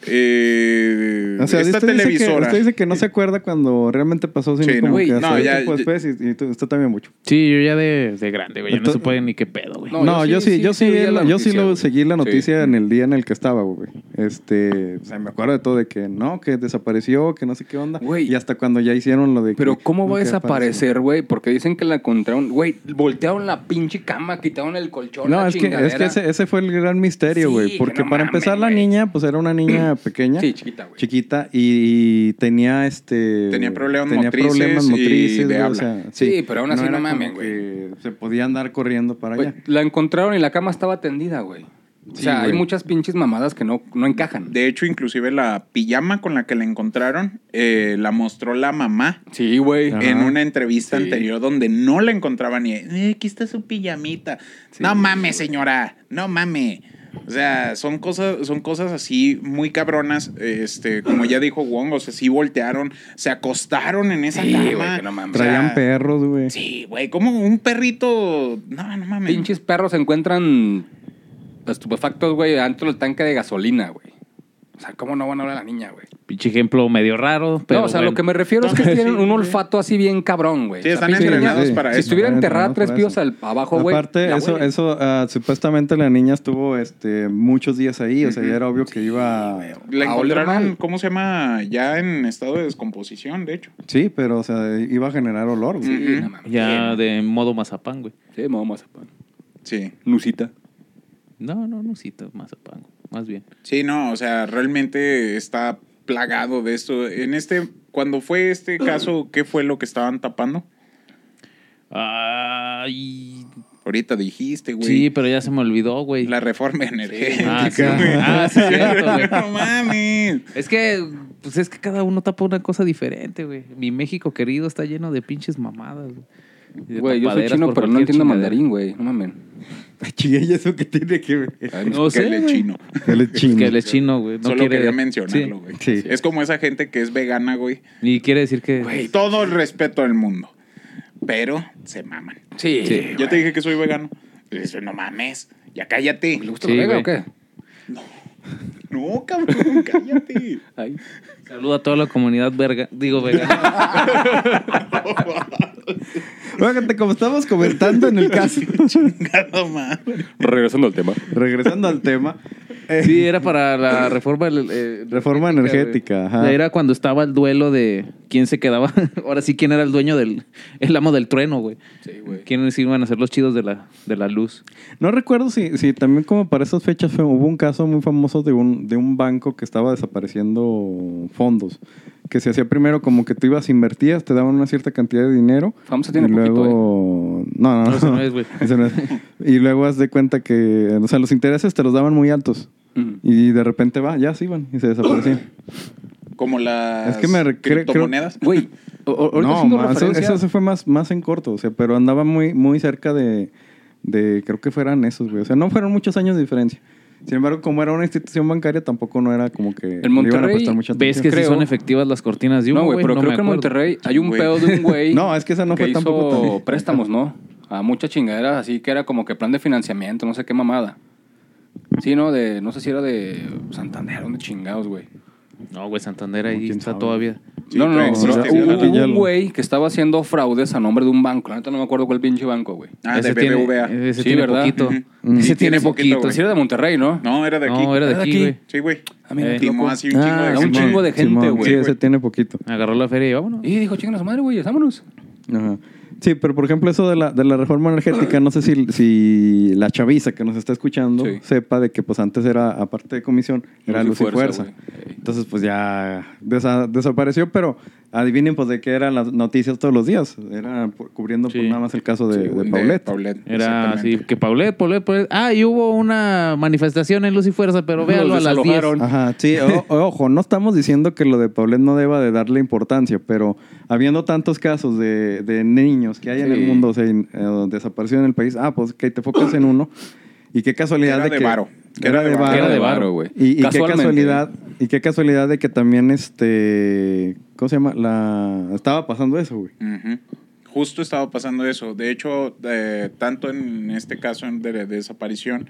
eh,
O sea,
esta
usted Dice que,
televisora.
usted dice que no se acuerda cuando realmente pasó, sino
Sí,
como
no.
que
Güey,
hasta
no,
un
ya-
tiempo después y, y tú- usted también mucho.
Sí, yo ya de, de grande, güey. Ya no
Entonces-
supe ni qué pedo, güey.
No,
No, yo, sí, yo sí,
veía la
yo sí
noticia,
lo
güey.
seguí la
Sí.
noticia en el día en el que estaba, güey. Este, o sea, me acuerdo de todo de que no, que desapareció, que no sé qué onda.
Güey.
Y hasta cuando ya hicieron lo de que
Pero ¿cómo va a
nunca apareció.
desaparecer, güey? Porque dicen que la encontraron. Güey, voltearon la pinche cama, quitaron el colchón.
No,
la
es que, es que
chingadera.
ese, ese fue el gran misterio,
Sí,
güey.
que
porque
no
para
mames,
empezar, la
güey.
niña, pues era una niña pequeña.
Sí, chiquita, güey.
Chiquita y, y tenía este.
Tenía problemas motrices y de
güey,
habla.
Sí, pero aún así no
era como
mamen, güey.
que Se podía andar corriendo para
Güey,
allá.
La encontraron y la cama estaba tendida, güey. O
Sí,
sea, hay
güey.
muchas pinches mamadas que no, no encajan.
De hecho, inclusive la pijama con la que la encontraron eh, la mostró la mamá
Sí, güey.
Ajá.
en una entrevista
Sí.
anterior donde no la encontraban y "Eh, aquí está su pijamita. no mames, señora, no mames. O sea, son cosas, son cosas así muy cabronas. Este, como ya dijo Wong, o sea, sí voltearon, se acostaron en esa
Sí,
cama.
güey, que no mames.
O sea,
Traían perros, güey.
Sí, güey, como un perrito. No, no mames.
Pinches perros se encuentran estupefactos, güey, dentro del tanque de gasolina, güey. O sea, ¿cómo no van a hablar a la niña, güey?
Pinche ejemplo medio raro. Pero
no, o sea,
bueno.
lo que me refiero es que tienen un olfato así bien cabrón, güey.
Sí,
O sea,
están
pinche niña-
entrenados para
Si
eso.
estuviera enterrada
Entrenados
tres
para
pies
eso.
al, abajo, güey.
Aparte,
la
eso,
huele.
eso ah, supuestamente la niña estuvo este, muchos días ahí, o sea, ya era obvio que iba.
La
a oler
encontraron,
mal.
¿cómo se llama? Ya en estado de descomposición, de hecho.
Sí, pero, o sea, iba a generar olor, güey.
Sí, no mames.
Ya de modo mazapán, güey.
Sí, mamá mazapán.
Sí.
Nusita.
No, no, no cito mazapán, güey, más bien.
Sí, no, o sea, realmente está plagado de esto. En este, cuando fue este caso, ¿qué fue lo que estaban tapando?
Ay,
Ahorita dijiste, güey.
sí, pero ya se me olvidó, güey.
La reforma energética.
Ah, sí,
güey.
ah, sí, cierto, güey.
no mames.
Es que, pues es que cada uno tapa una cosa diferente, güey. Mi México querido está lleno de pinches mamadas, güey. Y de
Güey, yo soy
tapaderas
chino,
por
pero no
cualquier
entiendo
chingadera.
mandarín, güey. No mames.
Chingue, ¿y eso que tiene que ver?
Ay,
No
Que
sé,
le
güey.
chino.
Él es
Es
chino.
que él es chino, güey. No
Solo
quiere
quería
Sí.
mencionarlo, güey.
Sí.
Es como esa gente que es vegana, güey.
Y quiere decir que.
Güey, todo el respeto del mundo. Pero se maman.
Sí.
Sí.
Yo te dije que soy vegano. Y dice, no mames, ya cállate.
¿Le gusta
Sí,
la vega
güey.
o qué?
No, cabrón, cállate.
Ay.
Saluda a toda la comunidad verga. Digo, verga.
Fíjate, como estábamos comentando en el caso,
Nada más.
Regresando al tema.
regresando al tema, eh,
Sí, era para la reforma. eh,
Reforma energética,
güey.
ajá.
Era cuando estaba el duelo de quién se quedaba. Ahora sí, quién era el dueño del. El amo del trueno, güey.
Sí, güey.
¿Quiénes iban a ser los chidos de la, de la luz?
no recuerdo si, si también como para esas fechas fue- hubo un caso muy famoso de un, de un banco que estaba desapareciendo fondos, que se hacía primero como que tú ibas, invertías, te daban una cierta cantidad de dinero.
Famoso tiene
y
poquito,
luego... No, no, no.
No, ese no es, güey.
Ese no es. Y luego haz de cuenta que, o sea, los intereses te los daban muy altos.
Mm.
Y de repente va, ya se iban y se desaparecían.
Como las
Es que me re- creo-
criptomonedas.
Güey, o- o- ahorita
No,
haciendo
ma, eso,
referencia-
eso se fue más, más en corto, o sea, pero andaba muy, muy cerca de, de, creo que fueran esos, güey. O sea, no fueron muchos años de diferencia. Sin embargo, como era una institución bancaria, tampoco no era como que le
Monterrey,
mucha
¿Ves que
atención.
sí
Creo-
son efectivas las cortinas de humo?
No, güey, pero
No
creo
me
que en
acuerdo.
Monterrey hay un
Güey.
pedo de un güey.
No, es que esa no fue
hizo
tampoco tan-
préstamos, ¿no? A muchas chingaderas, así que era como que plan de financiamiento, no sé qué mamada. Sí, ¿no? De, no sé si era de Santander, donde chingados, güey.
No, güey, Santander ahí
¿Quién
está
sabe?
todavía.
Sí,
no, no, no.
pero
pero
existe,
hubo-
sí,
hubo
ya
un
lo-
güey que estaba haciendo fraudes a nombre de un banco. La neta no me acuerdo cuál pinche banco, güey.
Ah, de
tiene-
BBVA.
ese
Sí,
tiene
¿verdad?
poquito.
Ujú.
Mm.
Ese
Sí,
tiene
tiene poquito,
poquito.
Pero
güey.
sí era de Monterrey, ¿no?
No, era de aquí.
No, era de
Era de
aquí, güey.
aquí.
Sí, güey.
Ah, mira,
Eh.
qué
Timó
loco.
así un chingo de
Ah,
gente.
un chingo de gente,
Simón,
güey.
Sí, ese tiene poquito.
Agarró la feria y vámonos.
Y dijo, chingan a su madre, güey, vámonos.
Ajá. Sí, pero por ejemplo, eso de la, de la reforma energética, no sé si, si la chaviza que nos está escuchando
Sí.
sepa de que pues antes era, aparte de comisión, era luz, y fuerza.
Pues güey. Ey.
Entonces, pues ya desa- desapareció, pero adivinen pues de qué eran las noticias todos los días. Era por- cubriendo
Sí.
pues, nada más el caso de,
Sí,
de
güey,
Paulette.
Era así,
exactamente.
que Paulet, Paulet, Paulet. Ah, y hubo una manifestación en Luz y Fuerza, pero
Los
véalo a las 10.
desalojaron.
Ajá, sí, o- ojo, no estamos diciendo que lo de Paulette no deba de darle importancia, pero habiendo tantos casos de, de niños que hay en
Sí.
el mundo, o sea, en- eh, desaparecidos en el país, ah, pues que te focas en uno. Y qué casualidad
Que era
de
de
que...
varo.
que era de varo.
Era de varo, güey.
Y, y qué
Casualmente.
casualidad, y qué casualidad de que también este, ¿cómo se llama? La estaba pasando eso, güey.
Ujú. Justo estaba pasando eso. De hecho, eh, tanto en este caso de, de desaparición,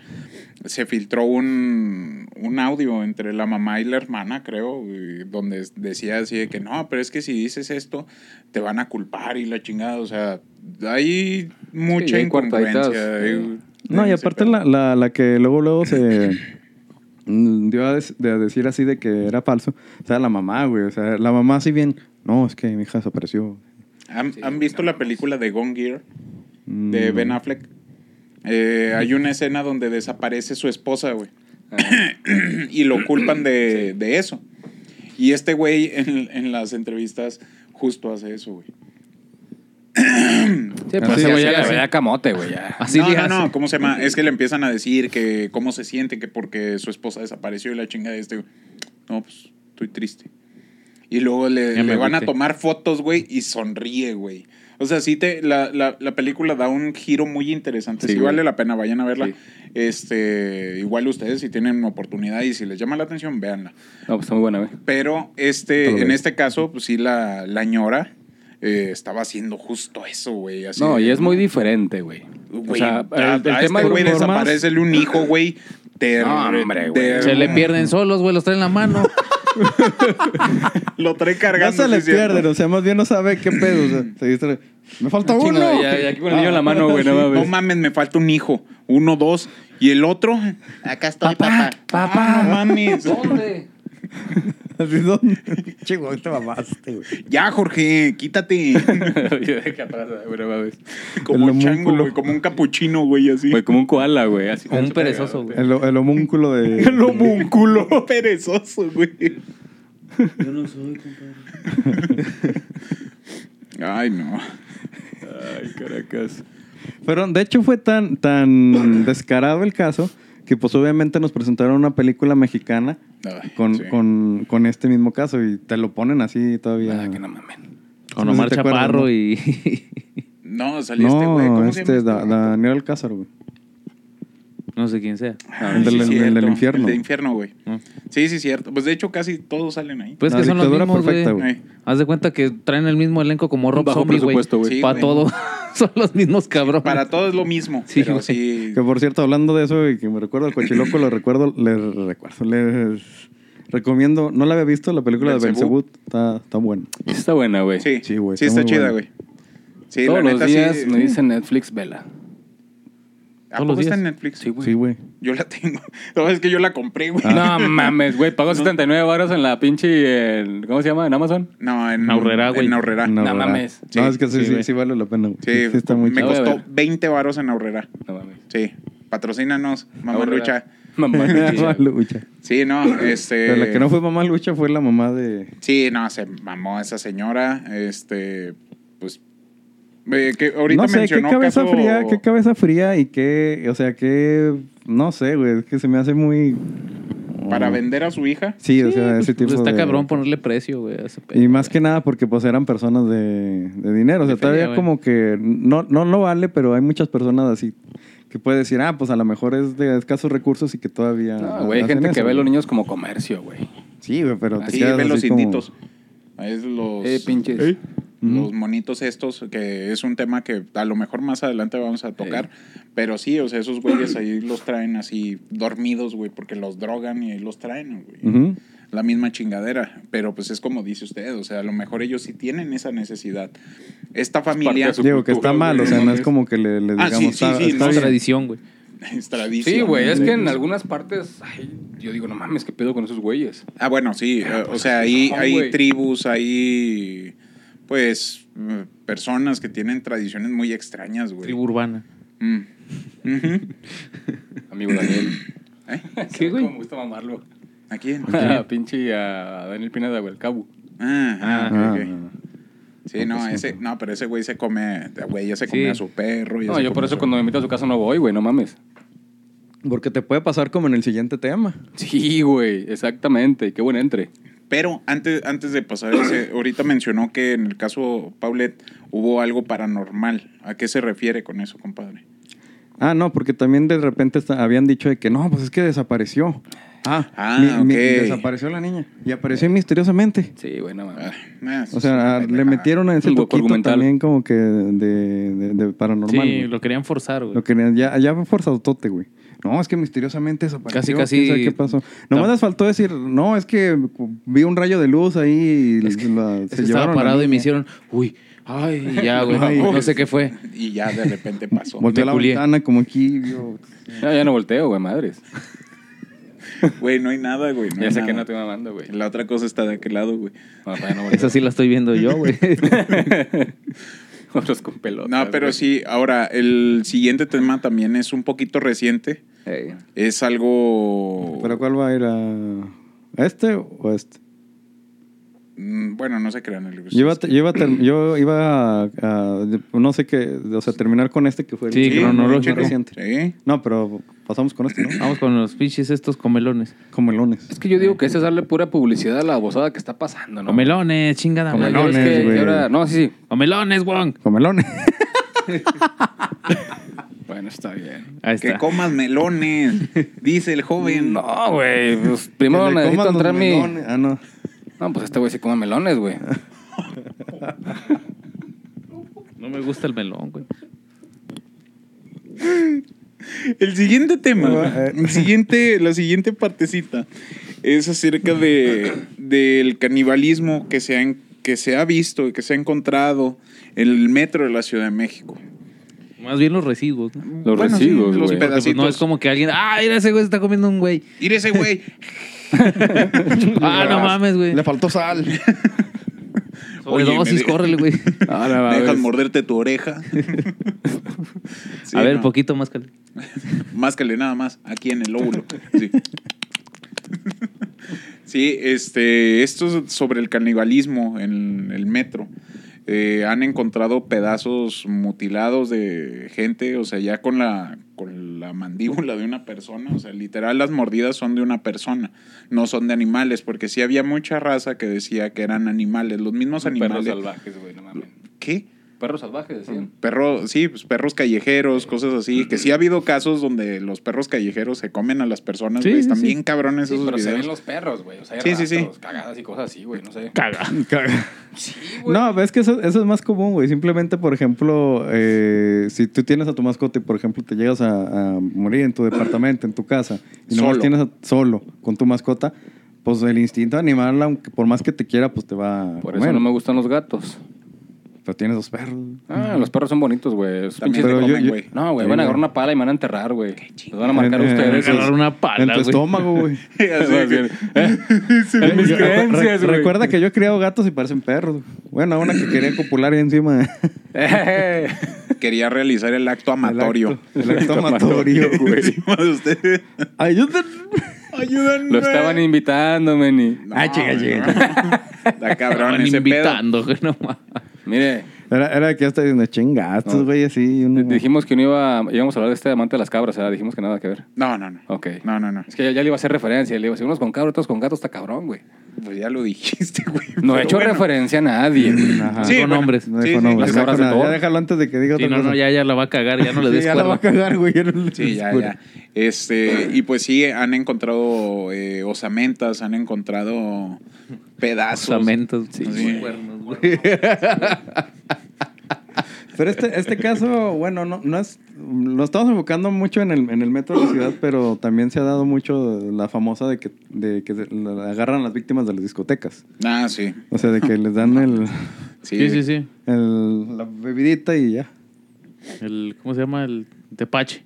se filtró un, un audio entre la mamá y la hermana, creo, y donde es- decía así de que no, pero es que si dices esto, te van a culpar y la chingada. O sea, hay mucha
ya hay
incongruencia.
cuartaditas,
eh,
No,
en
y
ese
aparte
pedo.
la, la, la que luego luego se mm, dio a, des- de- a decir así de que era falso. O sea, la mamá, güey. O sea, la mamá si bien, no, es que mi hija desapareció.
¿Han, han visto la película de Gone Gear
Mm,
de Ben Affleck? eh, hay una escena donde desaparece su esposa, güey. y lo culpan de, de eso. Y este güey en, en las entrevistas justo hace eso, güey.
Sí, pero
Así
ese
es,
güey ya
así
le
es.
veía camote, güey. ya.
Así
no,
le
no,
hace.
no, ¿cómo se llama? Es que le empiezan a decir que cómo se siente, que porque su esposa desapareció y la chinga de este, güey. No, pues estoy triste. Y luego le,
Ya me
le van a
agüité.
tomar fotos, güey, y sonríe, güey. O sea, sí te, la, la, la película da un giro muy interesante.
Sí,
Sí,
güey.
vale la pena, vayan a verla.
Sí.
Este, igual ustedes si tienen oportunidad y si les llama la atención, véanla.
No, pues está muy buena, güey.
Pero
Todo
este, en
bien.
este caso, pues sí, la, la ñora eh, estaba haciendo justo eso, güey. así
No,
de-
y es muy diferente, güey. O
Güey,
sea, el, el
a, a
tema
este
de
güey
humor más-
desaparece un hijo, güey. Te,
No, hombre, güey.
te-
Se le pierden solos, güey, los traen en la mano.
Lo trae
No
cargando.
se les
sí, cierto.
pierden, o sea, más bien no sabe qué pedo. o sea, se distrae. Me falta
Chingo,
uno.
ya- ya aquí con el niño en la mano, güey, no
No
mames.
mames, me falta un hijo. Uno, dos. ¿Y el otro? Acá estoy, papá. Papá. no mames.
Así son. Che, güey, te mamaste, güey.
Ya, Jorge, quítate.
Yo dejé atrás, güey, no mames.
Como
El
un chango,
homúnculo.
güey. Como un capuchino, güey, así.
Güey, como un koala, güey. así.
Como un perezoso, güey.
El, el homúnculo de.
El homúnculo perezoso, güey. Yo no soy, compadre. Ay, no.
Ay, caracas.
Pero de hecho fue tan, tan descarado el caso que pues obviamente nos presentaron una película mexicana
Ay,
con,
sí.
con, con este mismo caso y te lo ponen así todavía.
Ah, que no mamen.
Con
No sé
Omar
si te acuerdas,
Chaparro
¿no?
y.
No, salió este güey.
No,
¿Cómo se
este,
llama
Da-
este vato?
Daniel Alcázar, güey.
no sé quién sea.
Ah,
El del-
sí,
el del
cierto.
infierno.
El del infierno, güey.
Ah.
Sí, sí, cierto. Pues de hecho casi todos salen ahí. Eh,
Pues
La
que son los
dictadura
mismos,
perfecta,
güey.
güey.
Ay,
Haz de cuenta que traen el mismo elenco como Rob
Bajo
Zombie, güey.
presupuesto, güey.
Sí,
Para
güey.
todo. son los mismos cabrones.
Para todos es lo mismo.
Sí,
pero
güey.
sí.
Que por cierto, hablando de eso y que me recuerdo al cochiloco, lo recuerdo, les recuerdo, les recomiendo, no la había visto, la película de
Belzebú.
Belzebut está, está buena.
Está buena, güey.
Sí,
Sí, güey,
Sí,
está
está,
muy
chida,
buena.
güey. Sí,
Todos
la
los
neta
días
sí.
me dicen Netflix, vela.
¿A
Todos
poco
los
está
días.
en Netflix?
Sí, güey. Ah.
Sí, güey.
Yo la tengo. No, es que yo la compré, güey.
No mames, güey. Pagó 79 baros en la pinche. en- ¿Cómo se llama? ¿En Amazon?
No, en
Aurrera, güey.
En Aurrera.
No
¿verdad?
mames.
Sí,
no, es que sí,
sí,
sí,
güey.
sí vale la pena. güey.
Sí,
sí está muy
me
La
chido.
voy a
costó
ver.
20 varos en Aurrera.
No mames.
Sí. Patrocínanos, mamá
Aurrera.
lucha.
Mamá,
Mamá lucha.
Sí, no, este.
Pero la que no fue mamá lucha fue la mamá de.
Sí, no, se mamó esa señora. Este, pues. eh, que ahorita
no sé, qué
mencionó
cabeza
caso-
fría, qué cabeza fría y qué, o sea, qué, no sé, güey, es que se me hace muy... Mm.
para vender a su hija.
Sí, o sea, ese tipo
Pues está
de-
cabrón ponerle precio, güey. a ese
Y
pedo,
más
güey.
que nada porque pues eran personas de, de dinero, o sea,
De feria,
todavía
güey.
como que no, no lo vale, pero hay muchas personas así que puede decir, ah, pues a lo mejor es de escasos recursos y que todavía...
No, güey, hay
hacen
gente que
eso,
ve a los
güey.
niños como comercio, güey.
Sí, güey, pero te
Así
quedas
ven los
así como-
inditos. Ahí es los,
Eh, pinches.
los monitos estos, que es un tema que a lo mejor más adelante vamos a tocar. Pero sí, o sea, esos güeyes ahí los traen así dormidos, güey, porque los drogan y ahí los traen, güey.
Ujú.
la misma chingadera. Pero pues es como dice usted, o sea, a lo mejor ellos sí tienen esa necesidad. Esta familia.
de su
Digo que
cultura,
está mal, o
güey,
sea,
no
no es
es-
como que le, les
Ah,
digamos...
sí, sí,
"Está-
sí,
está
no,
Es
bien".
tradición, güey.
Es tradición.
Sí, güey, es que en
Sí.
algunas partes, ay, yo digo, no mames, qué pedo con esos güeyes.
Ah, bueno, sí. eh, o sea, hay,
no,
hay
güey.
tribus, hay. Pues. mm, Personas que tienen tradiciones muy extrañas, güey.
Tribu urbana.
Mm. Ujú.
Amigo Daniel.
¿Eh?
¿Qué, güey? Me gusta mamarlo.
¿A quién?
A pinche a Daniel Pineda, güey, el cabo.
Ah, ah,
Ah,
ok, ok.
no, no.
Sí, no, ese, no, pero ese güey se come, güey, ya se come
Sí.
a su perro. ya
No,
se
yo
come
por
a
eso
su-
cuando me invita a su casa no voy, güey, no mames.
Porque te puede pasar como en el siguiente tema.
Sí, güey, exactamente. Qué buen entre.
Pero antes, antes de pasar ese, ahorita mencionó que en el caso Paulet hubo algo paranormal. ¿A qué se refiere con eso, compadre?
Ah, no, porque también de repente está- habían dicho de que no, pues es que desapareció. Ah,
Ah,
mi- mi-
ok.
desapareció la niña y apareció misteriosamente.
Sí, güey, no
Ah,
mames.
nah, eso
O
es una
sea, le
pendejada.
metieron a ese
Un hueco
toquito
argumental.
también como que de, de- de paranormal.
Sí,
güey.
lo querían forzar, güey.
Lo que ya, ya fue forzadotote, güey. No, es que misteriosamente desapareció.
Casi, casi-
¿Quién sabe qué pasó? Nomás
Tam-
les faltó decir, no, es que vi un rayo de luz ahí y
Es que-
la-
Es
se
que estaba
llevaron a la
parado y me
niña.
hicieron, uy, ay, y ya, güey.
Ay,
no sé qué fue.
Y ya de repente pasó.
Volteó
me
la
culié.
ventana como aquí. vio-
Ya, ya no volteo, güey, madres.
Güey, no hay nada, güey. no
Ya
hay
sé que no
nada.
te mamando, güey.
La otra cosa está de aquel lado, güey.
No, todavía no volteo.
Esa sí la estoy viendo yo, güey.
Otros con pelotas.
No, pero
güey.
sí, ahora el siguiente tema también es un poquito reciente.
Ey.
Es algo.
¿Pero cuál va a ir a... a este o a
Pues
este?
Mm, Bueno, no se crean. el-
Yo iba, a te- yo iba a ter- yo iba a, a- no sé qué, o sea, terminar con este que fue el
Sí,
más
cronológico.
reciente.
Sí.
No, pero pasamos con este, ¿no?
Vamos con los pinches estos comelones.
Comelones.
Es que yo digo que eso es darle pura publicidad a la bozada que está pasando, ¿no?
Comelones, chingada.
Ya ves
madre.
Comelones,
que- que
güey.
ahora- No, sí, sí.
Comelones, Wong.
Comelones.
Bueno, está bien.
Ahí
Que
está.
comas melones, dice el joven.
No, güey. pues,
Que
primero
le
necesito
coman los
entrar mi.
melones. Ah, no.
No, pues este güey se come melones, güey.
No me gusta el melón, güey.
El siguiente tema,
Ah, eh.
el siguiente, la siguiente partecita es acerca de, del canibalismo que se, ha, en- que se ha visto y que se ha encontrado en el metro de la Ciudad de México.
Más bien los residuos, ¿no?
Los residuos,
los
güey.
Porque, pues,
pedacitos.
no es como que alguien, ah, mira ese güey se está comiendo un güey.
Ir ese güey.
Ah, no mames, güey.
Le faltó sal.
Oye,
Sobredosis,
me-
córrele, güey.
Ahora va.
Dejas
ves.
morderte tu oreja. Sí,
a ver,
no,
poquito más cal...
Máscale nada más, aquí en el óvulo. Sí. Sí, este, esto es sobre el canibalismo en el metro. Eh, han encontrado pedazos mutilados de gente, o sea, ya con la, con la mandíbula de una persona. O sea, literal, las mordidas son de una persona, no son de animales, porque sí había mucha raza que decía que eran animales, los mismos
Perros
animales.
salvajes, güey, no mames.
¿Qué?
Perros salvajes, decían.
Perro, sí, pues perros callejeros, cosas así. Que sí ha habido casos donde los perros callejeros se comen a las personas,
Sí,
güey.
sí,
Están
sí.
bien cabrones
Sí,
esos
pero se
videos.
ven los perros, güey. O sea, hay
Sí, sí, sí.
rastros, cagadas y cosas así, güey. No sé.
Caga.
No, ves que eso, eso es más común, güey. Simplemente, por ejemplo, eh, si tú tienes a tu mascota y, por ejemplo, te llegas a, a morir en tu departamento, en tu casa, y nomás
Solo.
tienes a- solo con tu mascota, pues el instinto animal, aunque por más que te quiera, pues te va a
Por eso
comer.
no me gustan los gatos.
Pero tienes dos perros.
Ah, los perros son bonitos, güey. Esos
También
pinches-
te
Pero
comen,
yo-
güey.
No, güey,
Sí,
van a
güey.
agarrar una pala y me van a enterrar, güey. Los van a marcar
En- en-
ustedes.
Agarrar
güey.
una pala,
en tu
güey.
estómago, güey.
Así de que-
eh, En mis
Yo-
creencias,
re-
güey.
Recuerda que yo he criado gatos y parecen perros. Bueno, una que quería copular ahí encima.
Eh,
Quería realizar el acto amatorio.
El acto amatorio, güey.
Encima de ustedes.
Ayúdenme.
Ayúdenme.
Lo estaban invitando, meni.
No,
Ah, llega,
güey,
llega.
no. Está cabrón
Estaban
ese pedo.
invitando, güey, no mames.
Mire,
Era, era que hasta diciendo chingastos,
No.
güey, así. uno-
dijimos que no iba, íbamos a hablar de este amante de las cabras, ¿verdad? Dijimos que nada que ver.
No, no, no.
Ok.
No, no, no.
Es que ya, ya le iba a hacer referencia. Le iba a decir, unos con cabros, otros con gatos, está cabrón, güey.
Pues ya lo dijiste, güey.
No he
pero
hecho
bueno.
referencia a nadie. güey.
Ajá.
Sí,
Con
bueno.
hombres.
No
Sí,
dijo
sí,
no,
las
güey. No dijo
cabras de
nada.
Thor.
Ya déjalo antes de que diga
Sí,
otra
no,
cosa.
no, ya, ya la va a cagar, ya no le
Sí,
des
ya la va
cuerda.
a cagar, güey. ya no le
Sí, ya,
descuerda.
ya. Este, y pues sí, han encontrado eh, osamentas, han encontrado pedazos.
Osamentos,
Sí.
güey. Cuernos, güey.
Pero este, este caso, bueno, no, no es. Lo estamos enfocando mucho en el, en el metro de la ciudad, pero también se ha dado mucho la famosa de que, de que se- la- agarran las víctimas de las discotecas.
Ah, sí.
O sea, de que les dan el,
Sí,
Sí, sí, sí.
el- la bebidita y ya.
El, ¿Cómo se llama? El tepache.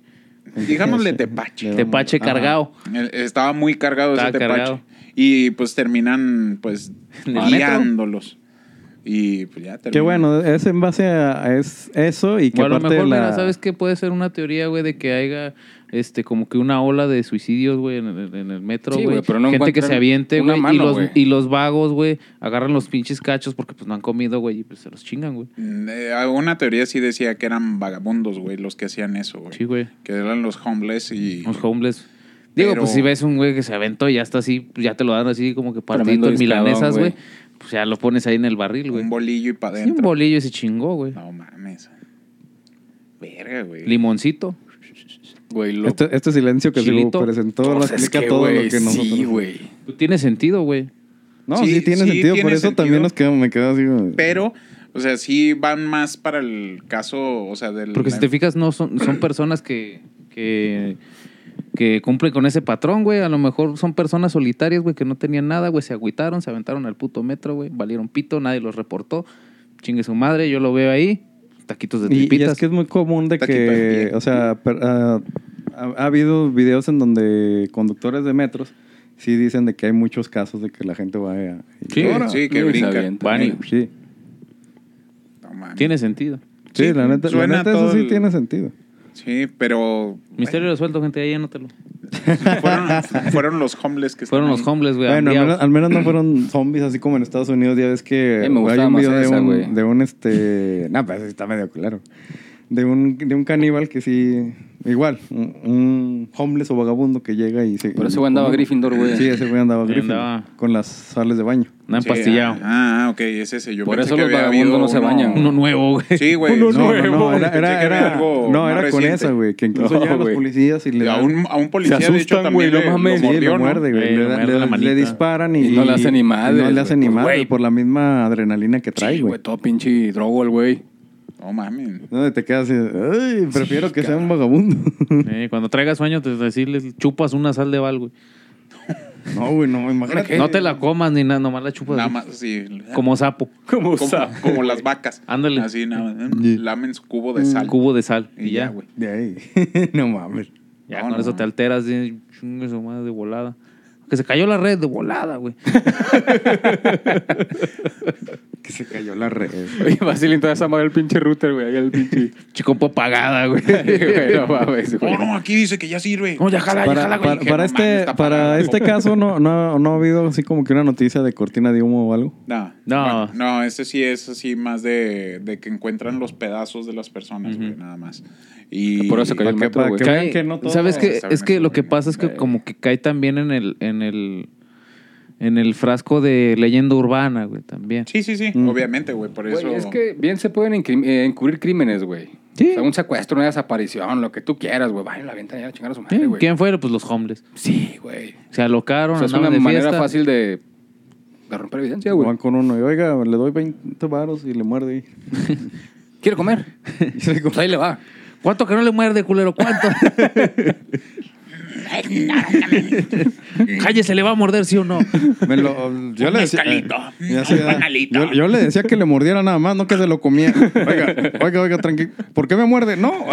Digámosle tepache.
Tepache
Ajá.
cargado.
El- Estaba muy cargado
Estaba
ese tepache.
cargado.
Y pues terminan pues
En el metro.
guiándolos. Y pues ya terminan.
Qué bueno, es en base a, a es, eso y que
O a lo
aparte de
mejor,
la...
mira, ¿sabes qué? Puede ser una teoría, güey, de que haya este, como que una ola de suicidios, güey, en, el- en el metro,
Sí,
güey.
güey, pero no
Gente que
encuentran
se aviente,
una
güey. Y
mano,
los,
güey.
y los vagos, güey, agarran los pinches cachos porque pues no han comido, güey, y pues se los chingan, güey.
Mm, eh, Una teoría sí decía que eran vagabundos, güey, los que hacían eso, güey.
Sí, güey.
Que eran los homeless y...
Los homeless. Digo,
Pero-
pues si ves un güey que se aventó y ya está así, pues, ya te lo dan así como que
Tremendo
partido en
discadón,
milanesas,
güey.
güey. Pues ya lo pones ahí en el barril, güey.
Un bolillo y para
Sí,
adentro. Ah,
un bolillo y se chingó, güey.
No mames. Verga, güey.
Limoncito.
Güey, lo...
Este, este silencio que
Chilito.
se presentó lo
Pues es
explica
que,
todo
güey,
lo que nosotros...
Sí, güey.
Pues, Tiene sentido, güey.
No,
Sí,
sí, tiene
sí,
sentido, por
tiene
eso
sentido.
también nos quedamos, me quedo así. güey.
Pero, o sea, sí van más para el caso, o sea, del...
Porque si te fijas, no son, son personas que, que, que cumplen con ese patrón, güey. A lo mejor son personas solitarias, güey, que no tenían nada, güey. Se agüitaron, se aventaron al puto metro, güey. Valieron pito, nadie los reportó. Chingue su madre, yo lo veo ahí. Taquitos de
Y, y
tripitas.
es que es muy común de
Taquito de
que,
pie.
o sea, per- ah, ha, ha habido videos en donde conductores de metros sí dicen de que hay muchos casos de que la gente va a...
Sí,
Sí,
Uy, se
que brinca.
avienta.
Van y-
Sí.
No mames.
Tiene sentido.
Sí,
Sí,
la neta, la
suena
neta,
todo
eso sí
el-
tiene sentido.
Sí, pero
Misterio resuelto, gente, ahí anótalo.
fueron, fueron los homeless que
Fueron los
homeless.
homeless, güey.
Bueno, al
hambriados.
menos, al menos no fueron zombies así como en Estados Unidos. Ya ves que
Eh, me
hay
gustaba
un
más
video de,
esa, güey.
un, de un este. Nah, pero está medio claro. De un, de un caníbal que sí. Igual, un, un homeless o vagabundo que llega y se.
Por eso, güey, andaba
y-
Gryffindor, güey.
Sí, ese güey andaba
Sí,
Gryffindor.
andaba.
Con las sales de baño.
Nada
Sí,
empastillado.
Ah, ah, ok, es ese. Yo
Por
pensé
eso
que
los
había
vagabundos
habido
no se
uno-
bañan.
Uno nuevo, güey.
Sí, Pues, güey.
No, no,
sí,
no, era,
pensé
era-
que había
era-
algo
no,
más
era con
reciente.
esa, güey. Que incluso
No,
llegan los
güey.
policías y le
Y A
dan-
un, a un policía, de hecho,
asustan, güey,
también
no
le,
mames.
Sí,
lo mordió,
lo
¿no?
muerde, güey.
Eh,
le,
lo
da-
muerde
le-
la
le
manita.
disparan y,
Y no le hace ni
y No
madres,
le hace
güey.
ni
Pues,
madre
güey.
por la misma adrenalina que trae,
Sí,
güey.
güey, todo pinche drogo el güey.
No mames.
No, te quedas así, ay, prefiero que sea un vagabundo.
Eh, cuando traigas sueño, te decirles, chupas una sal de val, güey.
no, güey, no, imagínate.
No te la comas ni nada, nomás la
Pues,
chupas.
Nada
güey.
más, sí.
Como sapo.
como, como las vacas.
Ándale.
Así, nada más.
Sí.
Lamen su cubo
Mm,
de sal.
Cubo de sal.
Y ya, güey.
De ahí. no mames.
Ya,
No,
con
no.
eso te alteras, de chingue su madre, de volada. Que se cayó la red de volada, güey.
Que se cayó la red.
Oye, Basil, entonces amaba el pinche router, güey. Ahí el pinche.
Chico, pues pagada, güey.
Güey, no mames, güey.
Oh, no, aquí dice que ya sirve.
No, ya jala, ya jala,
Para,
güey.
para- para
dije, no mames,
este,
está
para
apagado.
este caso no, no, no ha habido así como que una noticia de cortina de humo o algo.
No.
No.
Bueno, no, ese sí es así más de, de que encuentran los pedazos de las personas, güey, nada más. Y
Ah, Por eso cayó el
¿Para qué-
metro,
para
güey.
qué?
Cae-
vean que no todo
¿Sabes
se
qué?
sabe
Es
en
que
eso,
lo que
güey.
pasa es
eh.
que como que cae también en el, en el, en el frasco de leyenda urbana, güey, también.
Sí, sí,
Mm.
sí, obviamente, güey, por eso.
Güey, es que bien se pueden encrim- eh, encubrir crímenes, güey.
Sí.
O sea, un secuestro, una desaparición, lo que tú quieras, güey. Vayan a la ventana y a chingar a su madre,
Sí,
güey.
¿Quién fue? Pues los homeless.
Sí, güey.
Se alocaron,
O sea, es una
andaban de
manera
fiesta.
fácil de, de romper evidencia,
Van
güey.
con uno y, oiga, le doy 20 varos y le muerde.
Quiere comer.
Y se
Pues ahí le va.
¿Cuánto que no le muerde, culero? ¿Cuánto? Calle, se le va a morder, sí o no.
Me lo- yo, le decía,
mezcalito,
Ya sé,
un mezcalito.
yo- yo le decía que le mordiera nada más, no que se lo comía. Oiga, oiga, oiga, tranquilo. ¿Por qué me muerde? No.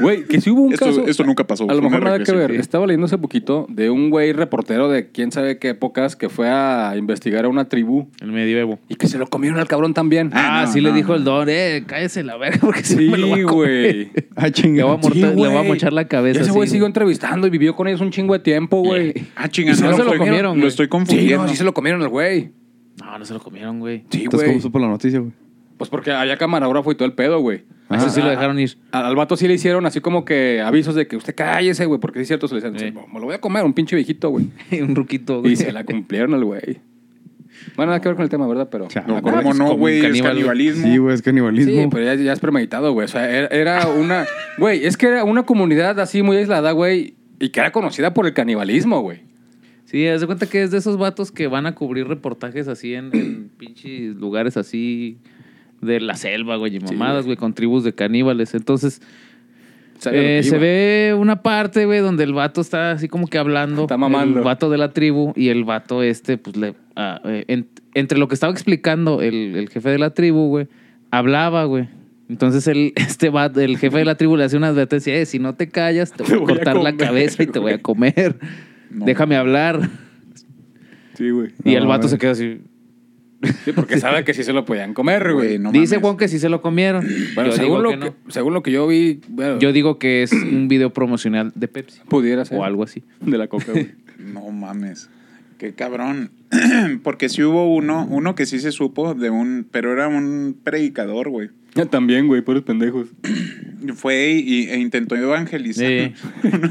Güey, que si hubo un
Esto-
caso.
esto nunca pasó,
A
fue
lo
una
mejor nada que
regresión.
ver.
Sí.
Estaba leyendo hace poquito de un güey reportero de quién sabe qué épocas que fue a investigar a una tribu
El medievo.
y que se lo comieron al cabrón también.
Ah,
Ah, no,
sí le
no,
dijo
no.
el don, eh, cállese la verga porque sí,
sí,
me lo va a comer.
güey.
Ah,
Le va a
chingado.
mortar-
Sí,
le va a
güey.
mochar la cabeza. Eh.
Y ese
así,
güey siguió
güey.
entrevistando y vivió con ellos un chingo de tiempo, güey.
Ah, chinga,
¿Y si
no,
no se
lo
lo
estoy-
comieron,
Lo
güey?
estoy
Sí,
confundiendo.
no, sí se lo comieron al güey.
No, no se lo comieron, güey.
Sí,
Entonces,
güey.
¿cómo supo la noticia, güey?
Pues porque había camarógrafo y todo el pedo, güey.
A Ese sí lo dejaron ir.
Al, al vato sí le hicieron así como que avisos de que usted cállese, güey, porque sí es cierto, se le decían,
Sí.
"Me lo voy a comer, un pinche viejito, güey.
Un ruquito, güey.
Y se la cumplieron al güey. Bueno, nada que ver con el tema, ¿verdad? Pero...
Chale.
No,
me acordé.
¿Cómo no,
como
güey? Es
caníbal.
canibalismo.
Sí, güey, es canibalismo.
Sí, pues, pero ya, ya es premeditado, güey. O sea, era, era una... Güey, es que era una comunidad así muy aislada, güey, y que era conocida por el canibalismo, güey.
Sí, haz de cuenta que es de esos vatos que van a cubrir reportajes así en, en pinches lugares así de la selva, güey, y mamadas, güey, con tribus de caníbales. Entonces,
Sabía lo
eh,
que
se
iba.
ve una parte, güey, donde el vato está así como que hablando.
Está mamando.
El vato de la tribu y el vato este, pues le. ah, eh, en- entre lo que estaba explicando el, el jefe de la tribu, güey, hablaba, güey. Entonces el, este vato, el jefe de la tribu le hace una advertencia, eh, si no te callas, te voy, a
voy a
cortar la
comer,
cabeza y te voy a
güey.
comer.
No.
Déjame hablar.
Sí, güey.
Y
No,
el vato
güey.
se queda así.
Sí, porque sabe que sí se lo podían comer, güey.
Güey, no
Dice
mames.
Juan que sí se lo comieron.
Bueno,
yo
según
digo
lo
que
que,
no.
según lo que yo vi, bueno,
Yo digo que es un video promocional de Pepsi
pudiera ser.
o algo así.
De la coca, güey.
No mames. Qué cabrón. Porque sí hubo uno, uno que sí se supo de un, pero era un predicador, güey.
Ah, También, güey, puros pendejos.
Fue y, e intentó evangelizar.
Sí.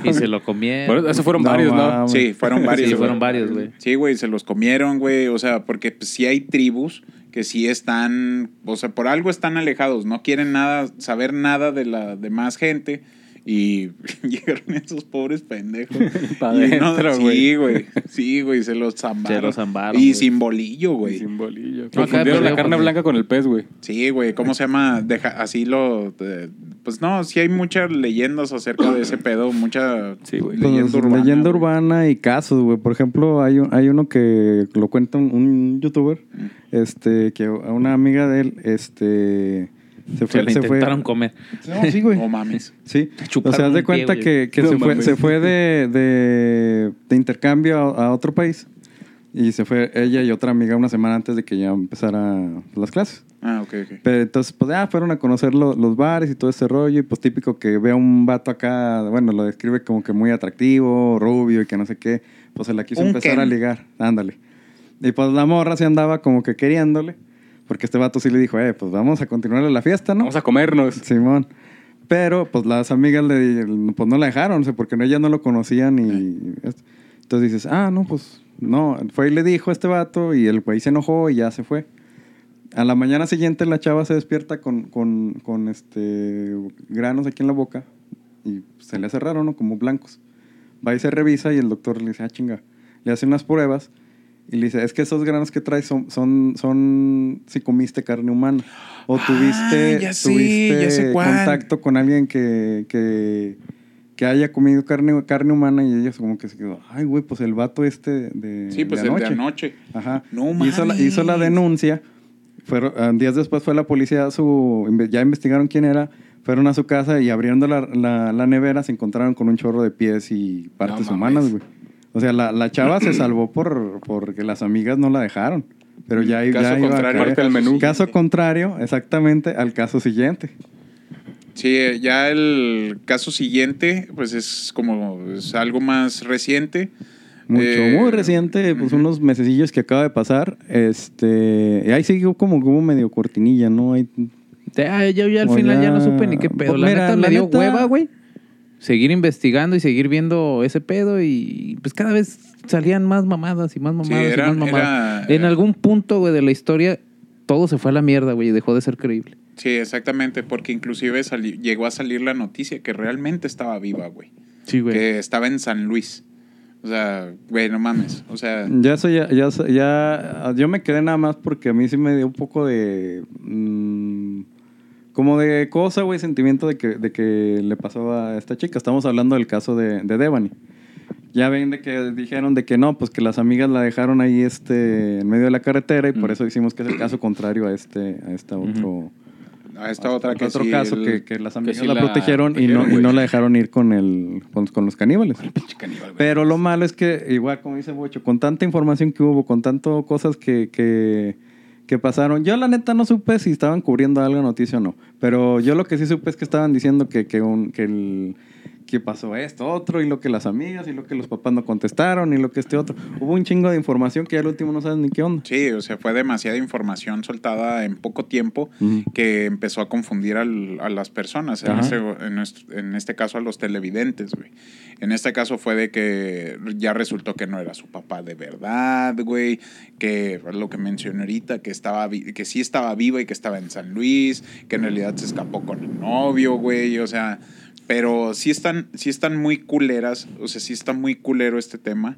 y se lo comieron.
Bueno, esos fueron
No,
varios,
mames.
¿no?
Sí, fueron varios.
Sí,
güey.
fueron varios, güey.
Sí, güey, se los comieron, güey. O sea, porque pues, sí hay tribus que sí están, o sea, por algo están alejados, no quieren nada, saber nada de la demás gente. Y llegaron esos pobres pendejos.
Pa'
Y
adentro,
sí, güey. Sí, güey, se los zambaron.
Se los zambaron,
Y
güey.
sin bolillo, güey.
Sin bolillo.
Acá
Confundieron la
perdió,
carne
pues,
blanca con el pez, güey.
Sí, güey, ¿cómo se llama? Deja, así lo... eh, pues no, sí hay muchas leyendas acerca de ese pedo, mucha
Sí, güey.
Pues,
leyenda urbana.
leyenda
güey.
urbana y casos, güey. Por ejemplo, hay, un- hay uno que lo cuenta un, un youtuber, este, que a una amiga de él, este, se
Se
fue,
lo
se fue.
intentaron comer.
No, sí, güey.
No Oh, mames.
Sí, o
chuparon
sea, haz de
un
cuenta
pie, güey.
que, que
No
se, fue,
mames.
se fue de, de, de intercambio a, a otro país Y se fue ella y otra amiga una semana antes de que ya empezara las clases.
Ah, ok, ok.
Pero entonces, pues ya fueron a conocer lo- los bares y todo ese rollo. Y pues típico que ve a un vato acá, bueno, lo describe como que muy atractivo, rubio y que no sé qué. Pues se la quiso
Un
empezar
Ken.
a ligar. Ándale. Y pues la morra se andaba como que queriéndole. Porque este vato sí le dijo, eh, pues vamos a continuar la fiesta, ¿no?
Vamos a comernos.
Simón. Pero pues las amigas le, pues, no la dejaron, o sea, porque no- ellas no lo conocían y... esto. Entonces dices, ah, no, pues no. Fue y le dijo a este vato y el güey se enojó y ya se fue. A la mañana siguiente la chava se despierta con, con, con, este, granos aquí en la boca y se le hace raro, ¿no? Como blancos. Va y se revisa y el doctor le dice, ah, chinga. Le hace unas pruebas y le dice, es que esos granos que traes son, son, son si comiste carne humana o
Ah,
tuviste,
ya sé,
tuviste
ya sé cuál.
contacto con alguien que, que, que haya comido carne, carne humana y ellos como que se quedó, ay, güey, pues el vato este de
Sí, pues
de
el
anoche".
de anoche.
Ajá.
No
hizo, la, hizo la
mames.
denuncia. Fueron, ah, días después fue la policía a su... inve- Ya investigaron quién era. Fueron a su casa y abriendo la, la- la nevera se encontraron con un chorro de pies y partes
No mames.
humanas, güey. O sea, la, la chava se salvó por porque las amigas no la dejaron. Pero ya,
Caso
ya iba a
contrario,
caer.
parte del menú.
Caso contrario, exactamente, al caso siguiente.
Sí, eh, ya el caso siguiente, pues es como es algo más reciente.
Mucho,
Eh,
muy reciente, pues unos mesecillos que acaba de pasar. Este... y ahí siguió como, como medio cortinilla, ¿no? Ahí
Ya, yo ya al
O
final ya
ya-
no supe ni qué pedo.
Pues
la
mira,
neta
la
me dio
neta-
hueva, güey. Seguir investigando y seguir viendo ese pedo y pues cada vez salían más mamadas y más mamadas
era-
y más mamadas.
era-
en algún punto, güey, de la historia todo se fue a la mierda, güey, y dejó de ser creíble.
Sí, exactamente, porque inclusive sali- llegó a salir la noticia que realmente estaba viva, güey.
Sí,
Que estaba en San Luis. O sea, güey, no mames. O sea,
Ya eso ya, ya, eso- ya- ah, yo me quedé nada más porque a mí sí me dio un poco de mm, como de cosa, güey, sentimiento de que, de que le pasó a esta chica. Estamos hablando del caso de, de Devani. Ya ven de que dijeron de que no, pues que las amigas la dejaron ahí este en medio de la carretera y por eso hicimos que es el caso contrario a este a esta otro
a esta otra
a
que
otro
sí,
caso
el-
que, que las amigas
sí
la,
la
protegieron, y no
protegieron,
y no
güey.
la dejaron ir con el con- con los caníbales.
Pinche caníbal, güey.
Pero lo malo es que, igual como dice Bocho, con tanta información que hubo, con tanto cosas que, que, que pasaron, yo la neta no supe si estaban cubriendo algo noticia o no. Pero yo lo que sí supe es que estaban diciendo que, que, un- que, el- que pasó esto, otro, y lo que las amigas, y lo que los papás no contestaron, y lo que este otro. Hubo un chingo de información que ya al último no sabes ni qué onda.
Sí, o sea, fue demasiada información soltada en poco tiempo
Ujú.
que empezó a confundir al- a las personas, en
Ajá.
este, en, est- en este caso a los televidentes, güey. En este caso fue de que ya resultó que no era su papá de verdad, güey, que lo que mencioné ahorita, que, estaba vi- que sí estaba viva y que estaba en San Luis, que en realidad se escapó con el novio, güey, o sea, pero sí están, sí están muy culeras, o sea, sí está muy culero este tema.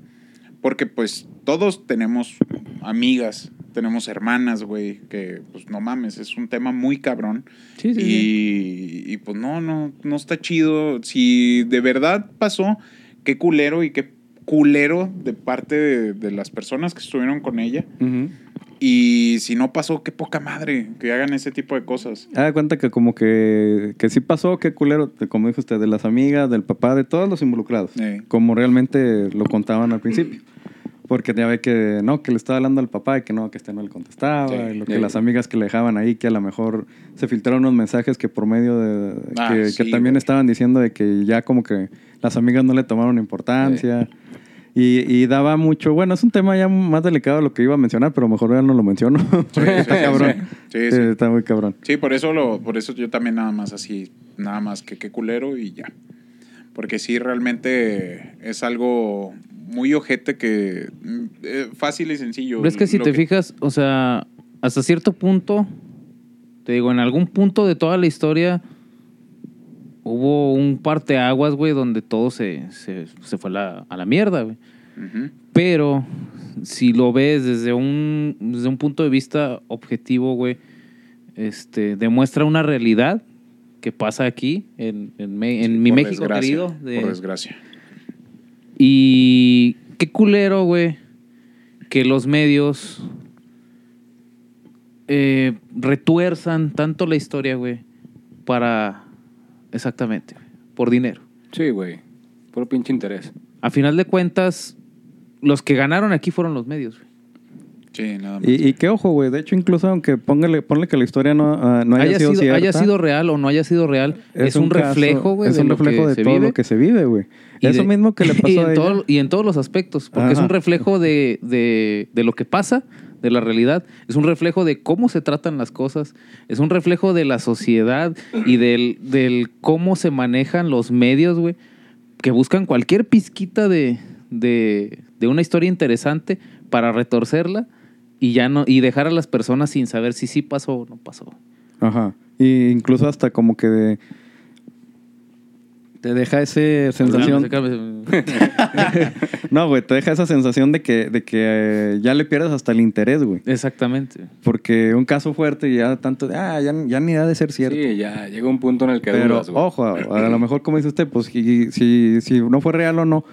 Porque pues todos tenemos amigas, tenemos hermanas, güey, que pues no mames, es un tema muy cabrón.
Sí, sí,
y,
sí.
y, pues no, no, no está chido. Si de verdad pasó, qué culero y qué culero de parte de, de las personas que estuvieron con ella.
Ujú.
Y si no pasó, qué poca madre que hagan ese tipo de cosas.
Ah, de cuenta que como que, que sí pasó, qué culero, como dijo usted, de las amigas, del papá, de todos los involucrados.
Sí.
Como realmente lo contaban al principio. Porque ya ve que no, que le estaba hablando al papá y que no, que este no le contestaba.
Sí.
y lo que
Sí.
las amigas que le dejaban ahí, que a lo mejor se filtraron unos mensajes que por medio de.
Ah,
que, que
sí,
también
güey.
estaban diciendo de que ya como que las amigas no le tomaron importancia. Y, y daba mucho. Bueno, es un tema ya más delicado de lo que iba a mencionar, pero mejor ya no lo menciono. Porque
sí,
está
sí.
cabrón.
Sí, sí.
Eh, Está muy cabrón.
Sí, por eso lo, por eso yo también nada más así, nada más que qué culero y ya. Porque sí, realmente es algo muy ojete que mm, eh, fácil y sencillo.
Pero es que si
Lo
te fijas, o sea, hasta cierto punto, te digo, en algún punto de toda la historia hubo un parteaguas, güey, donde todo se, se, se fue a la, a la mierda, güey.
Ujú.
Pero si lo ves desde un, desde un punto de vista objetivo, güey, este, demuestra una realidad que pasa aquí, en, en, Me- en
Sí,
mi
por
México
desgracia,
querido. de-
Por desgracia.
y qué culero, güey, que los medios eh, retuerzan tanto la historia, güey, para... Exactamente, güey, por dinero.
Sí, güey. Puro pinche interés.
A final de cuentas, los que ganaron aquí fueron los medios, güey.
Sí, nada más.
Y, y qué ojo, güey. De hecho, incluso aunque póngale, ponle que la historia no, ah, no haya,
haya,
sido,
sido,
cierta,
haya sido real o no haya sido real, es, un,
caso-
reflejo, güey.
Es un reflejo de,
se
todo
vive.
lo que se vive, güey.
Y
Eso
de-
mismo que le pasó
y en,
a ella.
todo- y en todos los aspectos, porque es
Ajá.
un reflejo de, de, de lo que pasa, de la realidad, es un reflejo de cómo se tratan las cosas, es un reflejo de la sociedad y del, del cómo se manejan los medios, güey, que buscan cualquier pizquita de, de, de una historia interesante para retorcerla y ya no y dejar a las personas sin saber si sí pasó o no pasó.
Ajá. Y incluso hasta como que de- te deja esa sensación.
Pues
No, güey, te deja esa sensación de que, de que eh, ya le pierdes hasta el interés, güey.
Exactamente.
Porque un caso fuerte y ya tanto, de, ah, ya, ya ni da de ser cierto.
Sí, ya llega un punto en el que
Pero, oh,
dudas, güey.
ojo, a, a lo mejor como dice usted, pues si, si, si no fue real o no,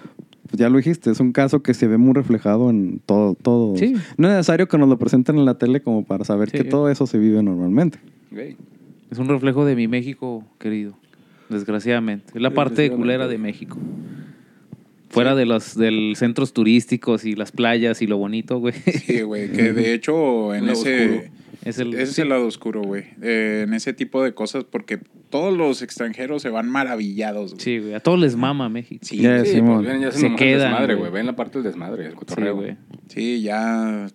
pues ya lo dijiste, es un caso que se ve muy reflejado en todo. todo.
Sí.
No es necesario que nos lo presenten en la tele como para saber
Sí.
que todo eso se vive normalmente.
Güey.
Es un reflejo de mi México, querido. Desgraciadamente. Es la parte
Desgraciadamente.
culera de México. Fuera de los del centros turísticos y las playas y lo bonito, güey.
Sí, güey, que de hecho en
Lado
ese...
oscuro.
Es el,
Ese es el lado oscuro, güey. Eh, en ese tipo de cosas, porque todos los extranjeros se van maravillados, güey.
Sí, güey. A todos les mama México.
Sí,
Ya,
Sí,
Simón.
pues ven, ya
Se
se, queda.
quedan,
Desmadre,
güey.
güey. Ven la parte del desmadre, el
Sí,
cotorreo.
güey.
Sí, ya,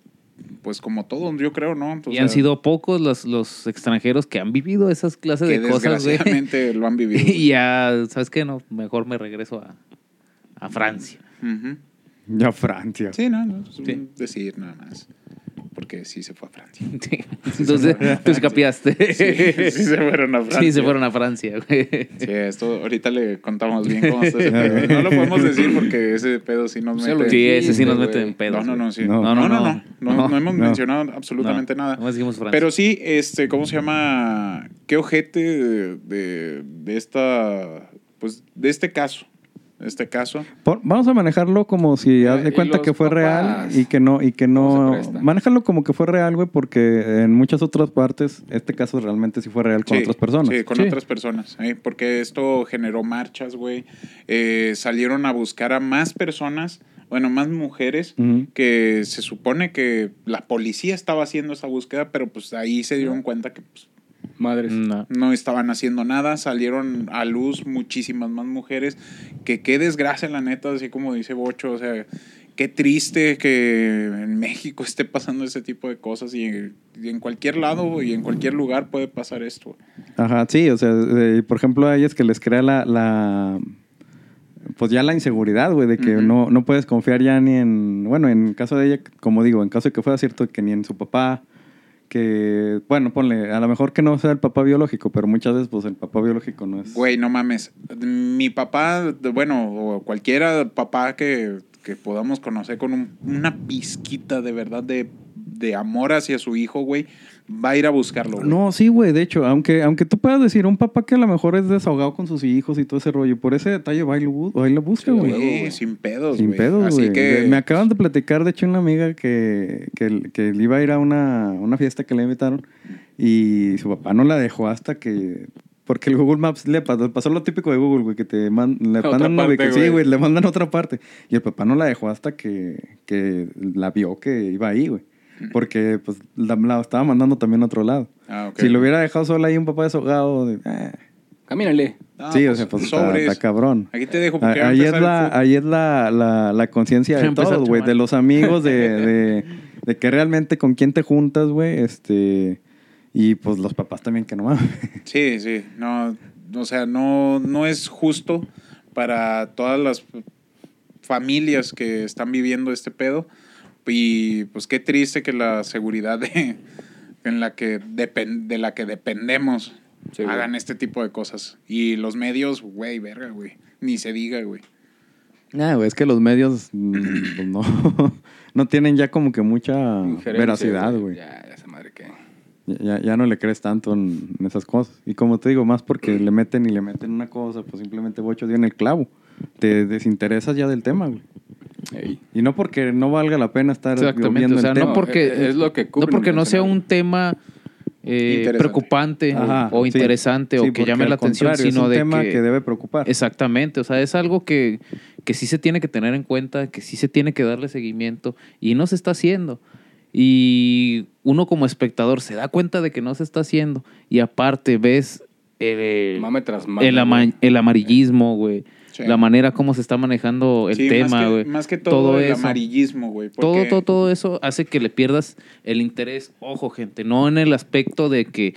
pues como todos, yo creo, ¿no? O
Y
sea,
han sido pocos los, los extranjeros que han vivido esas clases
que
de cosas, güey.
desgraciadamente lo han vivido. güey.
Y ya, ¿sabes qué? No, mejor me regreso a, a Francia.
Ujú.
Ya Francia.
Sí, no, no, es un
Sí.
decir nada más. Porque sí se fue a Francia.
Sí. Entonces, tú escapiaste.
Sí, sí se fueron a Francia.
Sí, se fueron a Francia, güey.
Sí, esto ahorita le contamos bien cómo está ese pedo. No lo podemos decir porque ese pedo Pues sí nos
Sí,
mete.
Sí, ese sí nos
güey.
mete en
No,
pedos.
no,
güey.
no, sí.
No.
No, no, no. No, no,
No,
hemos
no.
mencionado absolutamente nada.
Nomás dijimos Francia.
Pero sí, este, ¿cómo se llama? ¿Qué ojete de, de- de esta, pues, de este caso? De este caso.
Por- vamos a manejarlo como si haz
Eh,
de
y
cuenta
los
que fue
papás,
real y que no y que
¿cómo
no
se prestan?
manejarlo como que fue real, güey, porque en muchas otras partes este caso realmente sí fue real con
Sí,
otras personas.
Sí, con
Sí.
otras personas. eh, porque esto generó marchas, güey. Eh, salieron a buscar a más personas, bueno, más mujeres,
Ujú.
que se supone que la policía estaba haciendo esa búsqueda, pero pues ahí se dieron cuenta que pues,
Madres.
No.
no estaban haciendo nada, salieron a luz muchísimas más mujeres, que qué desgracia la neta, así como dice Bocho, o sea, qué triste que en México esté pasando ese tipo de cosas y, y en cualquier lado y en cualquier lugar puede pasar esto.
Ajá, sí, o sea, eh, por ejemplo, a ellas que les crea la, la pues ya la inseguridad, güey, de que
Ujú.
no, no puedes confiar ya ni en, bueno, en caso de ella, como digo, en caso de que fuera cierto, que ni en su papá, que, bueno, ponle, a lo mejor que no sea el papá biológico, pero muchas veces, pues el papá biológico no es...
Güey, no mames, mi papá, bueno, o cualquiera papá que, que podamos conocer con un- una pizquita de verdad de, de amor hacia su hijo, güey, va a ir a buscarlo. güey.
No, sí, güey, de hecho, aunque, aunque tú puedas decir, un papá que a lo mejor es desahogado con sus hijos y todo ese rollo, por ese detalle va y lo, bu- va y lo busca,
Sí,
güey.
Sí,
güey.
sin pedos,
Sin
güey.
pedos,
Así
güey.
que
Me acaban de platicar, de hecho, una amiga que, que, que le iba a ir a una, una fiesta que le invitaron y su papá no la dejó hasta que... Porque el Google Maps le pasó, pasó lo típico de Google, güey, que te man- le
Otra
mandan una
parte,
ubicación, sí,
güey.
güey, le mandan a otra parte. Y el papá no la dejó hasta que, que la vio que iba ahí, güey. Porque pues la, la estaba mandando también a otro lado.
Ah, ok.
Si lo hubiera dejado sola ahí un papá deshogado, de, eh,
Camínale.
Ah,
sí, o sea, pues está,
sobres.
está cabrón.
Aquí te dejo porque va a
Ahí es,
empezar el
la,
fútbol.
ahí es la, la, la conciencia
Ya
de
empezó a
todos, güey.
chumar.
De los amigos, de, de, de que realmente con quién te juntas, güey. Este, y pues los papás también, que no mames.
Sí, sí. No, o sea, no, no es justo para todas las familias que están viviendo este pedo. Y pues qué triste que la seguridad de, en la que depen- de la que dependemos
Sí, güey.
hagan este tipo de cosas. Y los medios, güey, verga, güey. Ni se diga, güey.
Nah, Ah, güey, es que los medios, mm, pues no. No tienen ya como que mucha
Injerencia,
Ah, veracidad, güey. Ya.
Ya, ya esa madre que.
Ya, ya no le crees tanto en, en esas cosas. Y como te digo, más porque le meten y le meten una cosa, pues simplemente bocho dio en el clavo. Te desinteresas ya del tema, güey.
Ey.
Y no porque no valga la pena estar
Exactamente.
viendo
O sea,
el tema.
no porque,
Es- es lo que
no,
cubren,
porque no sea
entonces,
un tema eh,
Interesante.
preocupante
Ajá,
o
sí.
interesante
Sí,
o que
porque
llame
al
la atención,
contrario,
sino
es un
de
tema
que,
que... debe preocupar.
Exactamente, o sea, es algo que, que sí se tiene que tener en cuenta, que sí se tiene que darle seguimiento y no se está haciendo. Y uno como espectador se da cuenta de que no se está haciendo. Y aparte ves eh,
Mame tras mame.
el, ama-
güey.
el amarillismo, güey.
Sí.
La manera como se está manejando el
Sí, más
tema,
que-
güey.
Más que todo, el
eso.
amarillismo, güey.
Todo,
porque-
todo, todo eso hace que le pierdas el interés. Ojo, gente, no en el aspecto de que,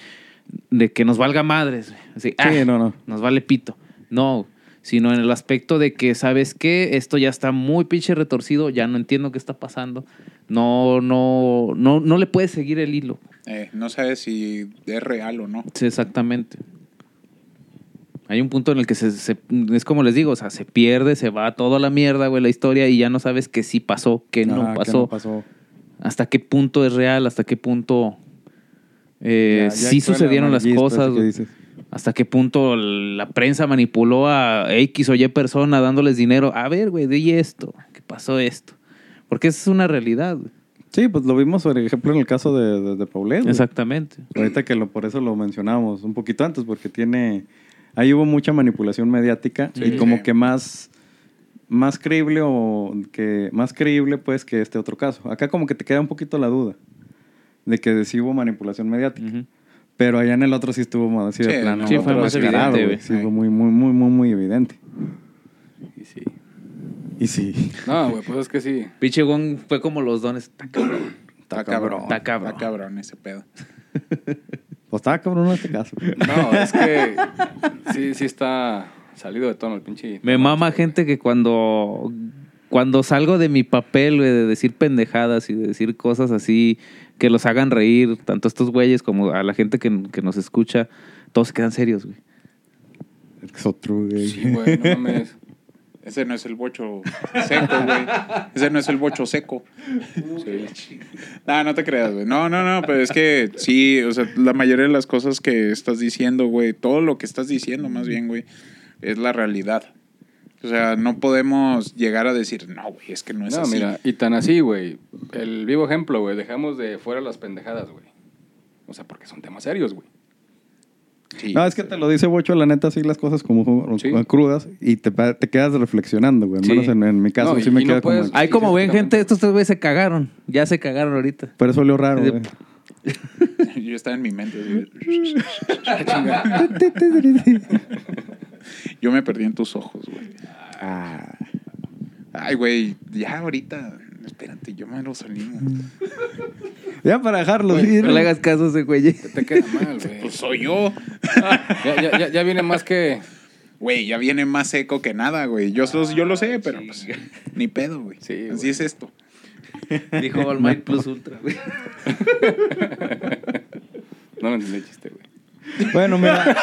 de que nos valga madres. güey. Así,
Sí,
"Ah,
no, no.
nos vale pito. No, sino en el aspecto de que, ¿sabes qué? Esto ya está muy pinche retorcido, ya no entiendo qué está pasando. No, no, no, no le puedes seguir el hilo.
Eh, no sabes si es real o no.
Sí, exactamente. Hay un punto en el que se, se- es como les digo, o sea, se pierde, se va toda la mierda, güey, la historia y ya no sabes que sí pasó, que no
Ah,
pasó,
no pasó.
hasta qué punto es real, hasta qué punto eh,
Ya- ya
sí
actuó el
sucedieron las
amarillista,
cosas,
pues, así que
güey.
dices.
¿Hasta qué punto la prensa manipuló a X o Y persona dándoles dinero? A ver, güey, di esto, ¿qué pasó esto? Porque esa es una realidad, güey.
Sí, pues lo vimos, por ejemplo, en el caso de, de, de Paulette, güey.
Exactamente.
Ahorita que lo, por eso lo mencionamos un poquito antes, porque tiene. Ahí hubo mucha manipulación mediática
Sí.
y como
Sí.
que más. Más creíble o que. Más creíble, pues, que este otro caso. Acá como que te queda un poquito la duda de que sí hubo manipulación mediática.
Ujú.
Pero allá en el otro sí estuvo más así de
Sí,
plano.
sí,
otro
fue más
descarado,
evidente,
güey.
güey.
Sí, fue muy, muy, muy, muy, muy evidente.
Y sí.
Y sí.
No, güey, pues es que sí.
Pinche Wong fue como los dones. Está cabrón.
Está cabrón.
Está cabrón.
Está cabrón ese pedo.
Pues estaba cabrón en este caso.
No, es que sí, sí está salido de tono el pinche.
Me mama gente que cuando, cuando salgo de mi papel, güey, de decir pendejadas y de decir cosas así que los hagan reír, tanto a estos güeyes como a la gente que, que nos escucha, todos se quedan serios, güey.
Es otro, güey.
Sí, güey, no mames.
Ese no es el bocho seco, güey. Ese no es el bocho seco.
Sí.
No, no te creas, güey. No, no, no, pero es que sí, o sea, la mayoría de las cosas que estás diciendo, güey, todo lo que estás diciendo más bien, güey, es la realidad. O sea, no podemos llegar a decir, no, güey, es que no es
No,
así.
mira, y tan así, güey. El vivo ejemplo, güey. Dejamos de fuera las pendejadas, güey. O sea, porque son temas serios, güey.
Sí.
No, es que te lo dice Bocho, la neta, sí, las cosas como son,
Sí.
como crudas y te, pa- te quedas reflexionando, güey. Al
Sí.
menos en, en mi caso
No, y-
sí me
y no
queda como...
puedes-
Ahí
Sí,
como ven,
exactamente.
gente, estos tres güeyes se cagaron. Ya se cagaron ahorita.
Pero eso lo raro,
Sí,
güey.
Yo estaba en mi mente. güey. Yo me perdí en tus ojos, güey.
Ah,
Ay, güey, ya ahorita. Espérate, yo me los animo.
ya para dejarlo
Oye,
ir.
No le hagas caso a ese güey.
Te queda mal, güey.
Pues soy yo.
Ya, ya, ya, ya viene más que.
Güey, ya viene más seco que nada, güey. Yo, sos- yo lo sé, pero pues,
chinga.
ni pedo, güey.
Sí,
Así
güey.
es esto.
Dijo All Might Plus Ultra, güey.
No lo entendí el chiste, güey.
Bueno, mira,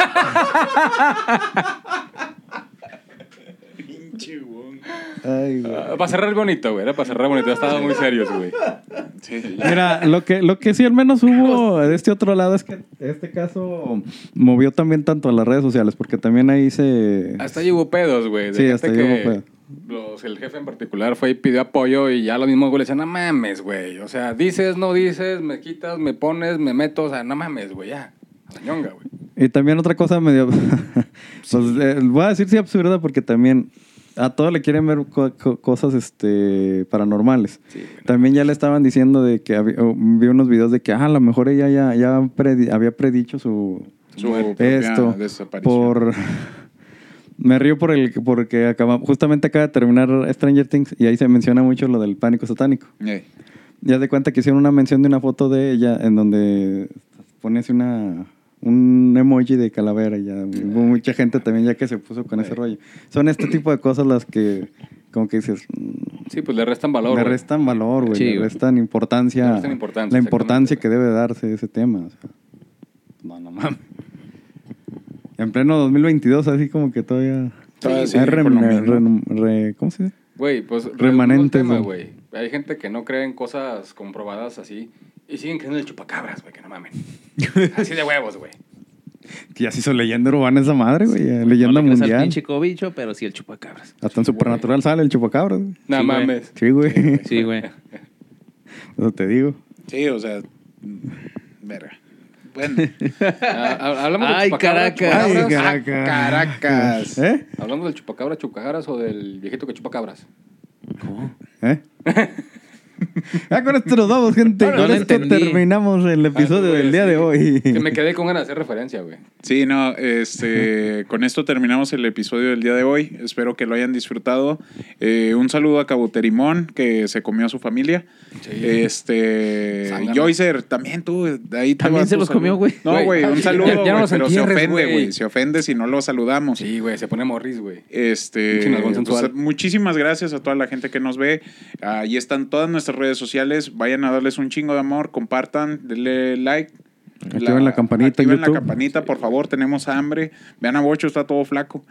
ay, güey.
Ah, para cerrar bonito, güey. Era para cerrar bonito. Ya estaba muy serios, güey.
Sí.
Mira, lo que, lo que sí al menos hubo de este otro lado es que este caso movió también tanto a las redes sociales, porque también ahí se...
Hasta ahí hubo pedos, güey. de
Sí,
gente
hasta ahí
que
hubo pedo.
los- el jefe en particular fue y pidió apoyo y ya los mismos güey le decían, no mames, güey. O sea, dices, no dices, me quitas, me pones, me meto. O sea, no mames, güey, ya. A la ñonga, güey.
Y también otra cosa medio... pues, eh, voy a decir sí absurda porque también a todo le quieren ver co- co- cosas este, paranormales. También ya le estaban diciendo de que había- o vi unos videos de que ah, a lo mejor ella ya, ya predi- había predicho su
Su propia
esto
desaparición.
por me río por el porque acaba, justamente acaba de terminar Stranger Things y ahí se menciona mucho lo del pánico satánico.
Eh,
Ya de cuenta que hicieron una mención de una foto de ella en donde pone así una un emoji de calavera y ya hubo mucha gente también ya que se puso con ese rollo. Son este tipo de cosas las que como que dices, "Mm,
Sí, pues le restan valor.
le
güey.
restan valor, güey.
Sí,
le
güey.
restan importancia.
Le restan importancia,
La importancia
exactamente,
que debe darse ese tema. o sea. No, no mames. En pleno 2022, así como que todavía.
Todavía
Hay
siguen con lo
rem-
mismo.
rem- re- ¿Cómo se dice?
Güey, pues
Remanentes,
remanentes,
güey.
güey. Hay gente que no cree en cosas comprobadas así y siguen creyendo en el chupacabras, güey, que no mamen. Así de huevos, güey.
Que ya se hizo leyenda urbana esa madre, güey. eh,
No
leyenda
le crees al
mundial.
pinche cobicho, pero sí el chupacabras.
Hasta en Supernatural sale el chupacabra.
No
Sí, güey.
mames.
Sí, güey.
Sí, güey.
Eso te digo.
sí, o sea. mm, Verga. Bueno.
Ah, ha- hablamos del
Ay,
chupacabra,
Caracas.
chupacabras.
Ay, Caracas.
Caracas.
¿Eh?
Hablamos del chupacabra, chupacabras o del viejito que chupa cabras.
¿Eh? Ah, con esto nos vamos, gente.
Ahora
con
lo
esto
entendí.
terminamos el episodio
güey,
del día
sí.
de hoy.
Que me quedé con ganas de hacer referencia, güey.
Sí, no, este, con esto terminamos el episodio del día de hoy. Espero que lo hayan disfrutado. Eh, un saludo a Cabuterimón, que se comió a su familia. Este,
Zángano.
Joycer, también tú, de ahí te
También
va
se
tu
los comió, güey.
No,
Güey,
güey, un
ya-
saludo,
ya no
güey,
los
pero se
entierres,
ofende,
güey.
güey. Se ofende si no lo saludamos.
Sí, güey, se pone morris, güey.
Este,
Sin algún
pues,
sensual.
muchísimas gracias a toda la gente que nos ve. Ahí están todas nuestras redes sociales. Vayan a darles un chingo de amor, compartan, denle like.
Activen la campanita en
Activen la
YouTube.
campanita, por favor, tenemos hambre. Vean a Bocho, está todo flaco.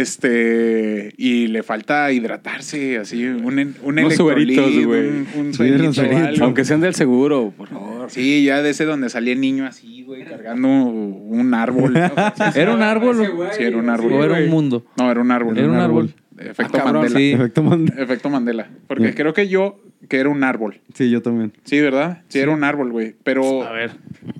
Este, y le falta hidratarse, así, un, un
Unos
electrolit,
sueritos, güey.
un, un
Sí, unos
suerito o
sueritos.
algo.
Aunque sean del seguro, por favor.
Sí, ya de ese donde salía el niño así, güey, cargando un árbol.
¿Era un árbol
Ese
o-
güey,
Sí, era un árbol.
sí,
o era un
güey.
mundo?
No, era un árbol.
Era un árbol.
Efecto
Ah, cabrón,
Mandela.
sí.
Efecto Mandela.
Efecto Mandela. Porque
Bien.
creo que yo, que era un árbol.
Sí, yo también.
Sí, ¿verdad? Sí, era un árbol, güey. Pero.
A ver.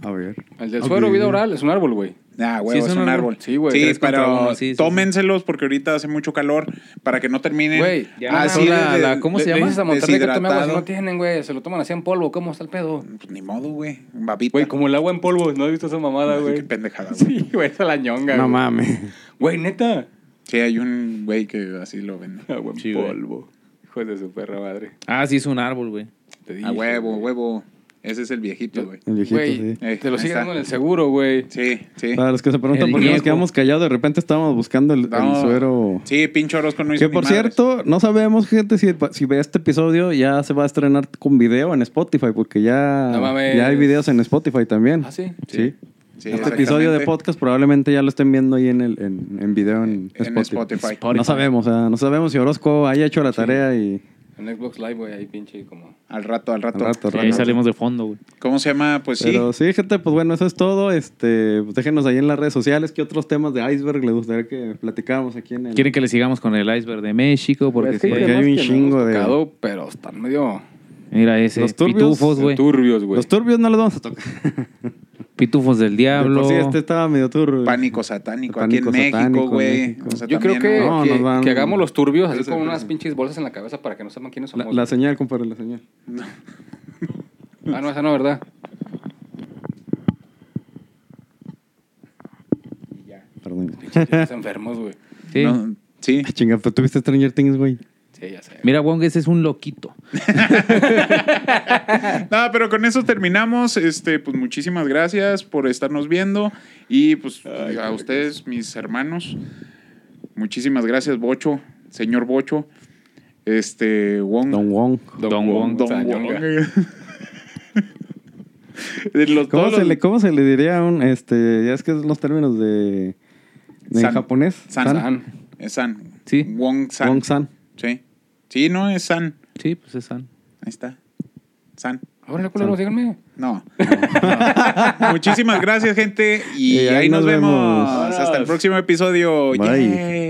A ver.
El del
Ok.
suero vida oral es un árbol, güey.
Ah, güey,
Sí,
es, un árbol.
Sí, güey,
Sí,
tres
contra
pero
uno, sí, sí, sí.
tómenselos porque ahorita hace mucho calor para que no terminen.
Güey, ya
así
la-
de- de-
la- ¿cómo
de-
se
Le
llama?
dices a Monterrey que tome agua, si
Deshidratado.
no tienen, güey. Se lo toman así en polvo. ¿Cómo está el pedo?
Pues ni modo, güey. Un babita.
Güey, como el agua en polvo. ¿No has visto esa mamada,
Ay,
güey?
Qué pendejada, güey.
Sí, güey, esa la ñonga,
No
güey.
mames.
Güey, neta.
Sí, hay un güey que así lo vende.
Agua en
Sí, güey.
polvo. Hijo de su perra madre.
Ah, sí, es un árbol, güey.
Te dije,
A huevo,
güey.
huevo. Ese es el viejito, güey.
El viejito,
Güey,
sí.
Eh,
te lo
ahí
siguen
está.
dando en el seguro, güey.
Sí, sí.
Para los que se preguntan
El
por qué nos
viejo.
quedamos callados, de repente estábamos buscando el, el
No.
suero.
Sí, pinche Orozco no hizo
Que
ni
por
madres.
cierto, no sabemos, gente, si, si ve este episodio ya se va a estrenar con video en Spotify, porque ya,
No mames.
ya hay videos en Spotify también.
¿Ah, sí?
Sí.
Sí,
este episodio de
exactamente.
podcast probablemente ya lo estén viendo ahí en, el, en, en video en,
En Spotify.
No sabemos, o sea, no sabemos si Orozco haya hecho la tarea y
En Xbox Live, güey, ahí pinche como...
Al rato, al
al
rato.
rato,
Sí,
rato.
ahí salimos de fondo, güey.
¿Cómo se llama? Pues sí.
Pero sí, gente, pues bueno, eso es todo. Este, pues déjenos ahí en las redes sociales qué otros temas de iceberg les gustaría que platicáramos aquí en el.
¿Quieren que le sigamos con el iceberg de México? Porque
Es que
Pues sí,
Porque hay
temas
un
que no
chingo
hemos
de-
tocado, pero están medio
Mira ese.
Los turbios,
pitufos, güey.
turbios, güey.
Los turbios no los vamos a tocar.
Pitufos del diablo.
Pues sí, este estaba medio turbio.
Pánico satánico
Pánico
aquí en México,
satánico,
güey.
México.
O sea,
Yo creo
también,
que,
No,
que-
nos van-
que hagamos los turbios así
Ese-
con unas pinches bolsas en la cabeza para que no sepan quiénes
La,
somos.
la señal, compadre, la señal.
Ah, no, esa no, ¿verdad?
Perdón.
Estamos enfermos, güey.
Sí.
No, sí.
Ah, Chinga, pero tuviste Stranger Things, güey.
Sí, ya sé.
Mira, Wong, ese es un loquito.
No, pero con eso terminamos. Este, pues muchísimas gracias por estarnos viendo. Y pues a ustedes, mis hermanos. Muchísimas gracias, Bocho, señor Bocho. Este, Wong.
Don Wong.
Don
Don
Wong,
Wong,
Don
o sea,
Wong.
ñonga.
De los-
¿Cómo
todos
se,
los-
le, ¿Cómo se le diría a un, este, ya es que son los términos de, de
San.
japonés?
San.
San.
Es San.
Sí.
Wong San.
Wong San.
Sí. Sí, no, es San.
Sí, pues es San.
Ahí está. San.
Ahora, culeros, díganme.
No. Muchísimas gracias, gente. Y
Y
ahí, nos, vemos. Hasta el
Vámonos.
próximo episodio.
Bye.
Yay.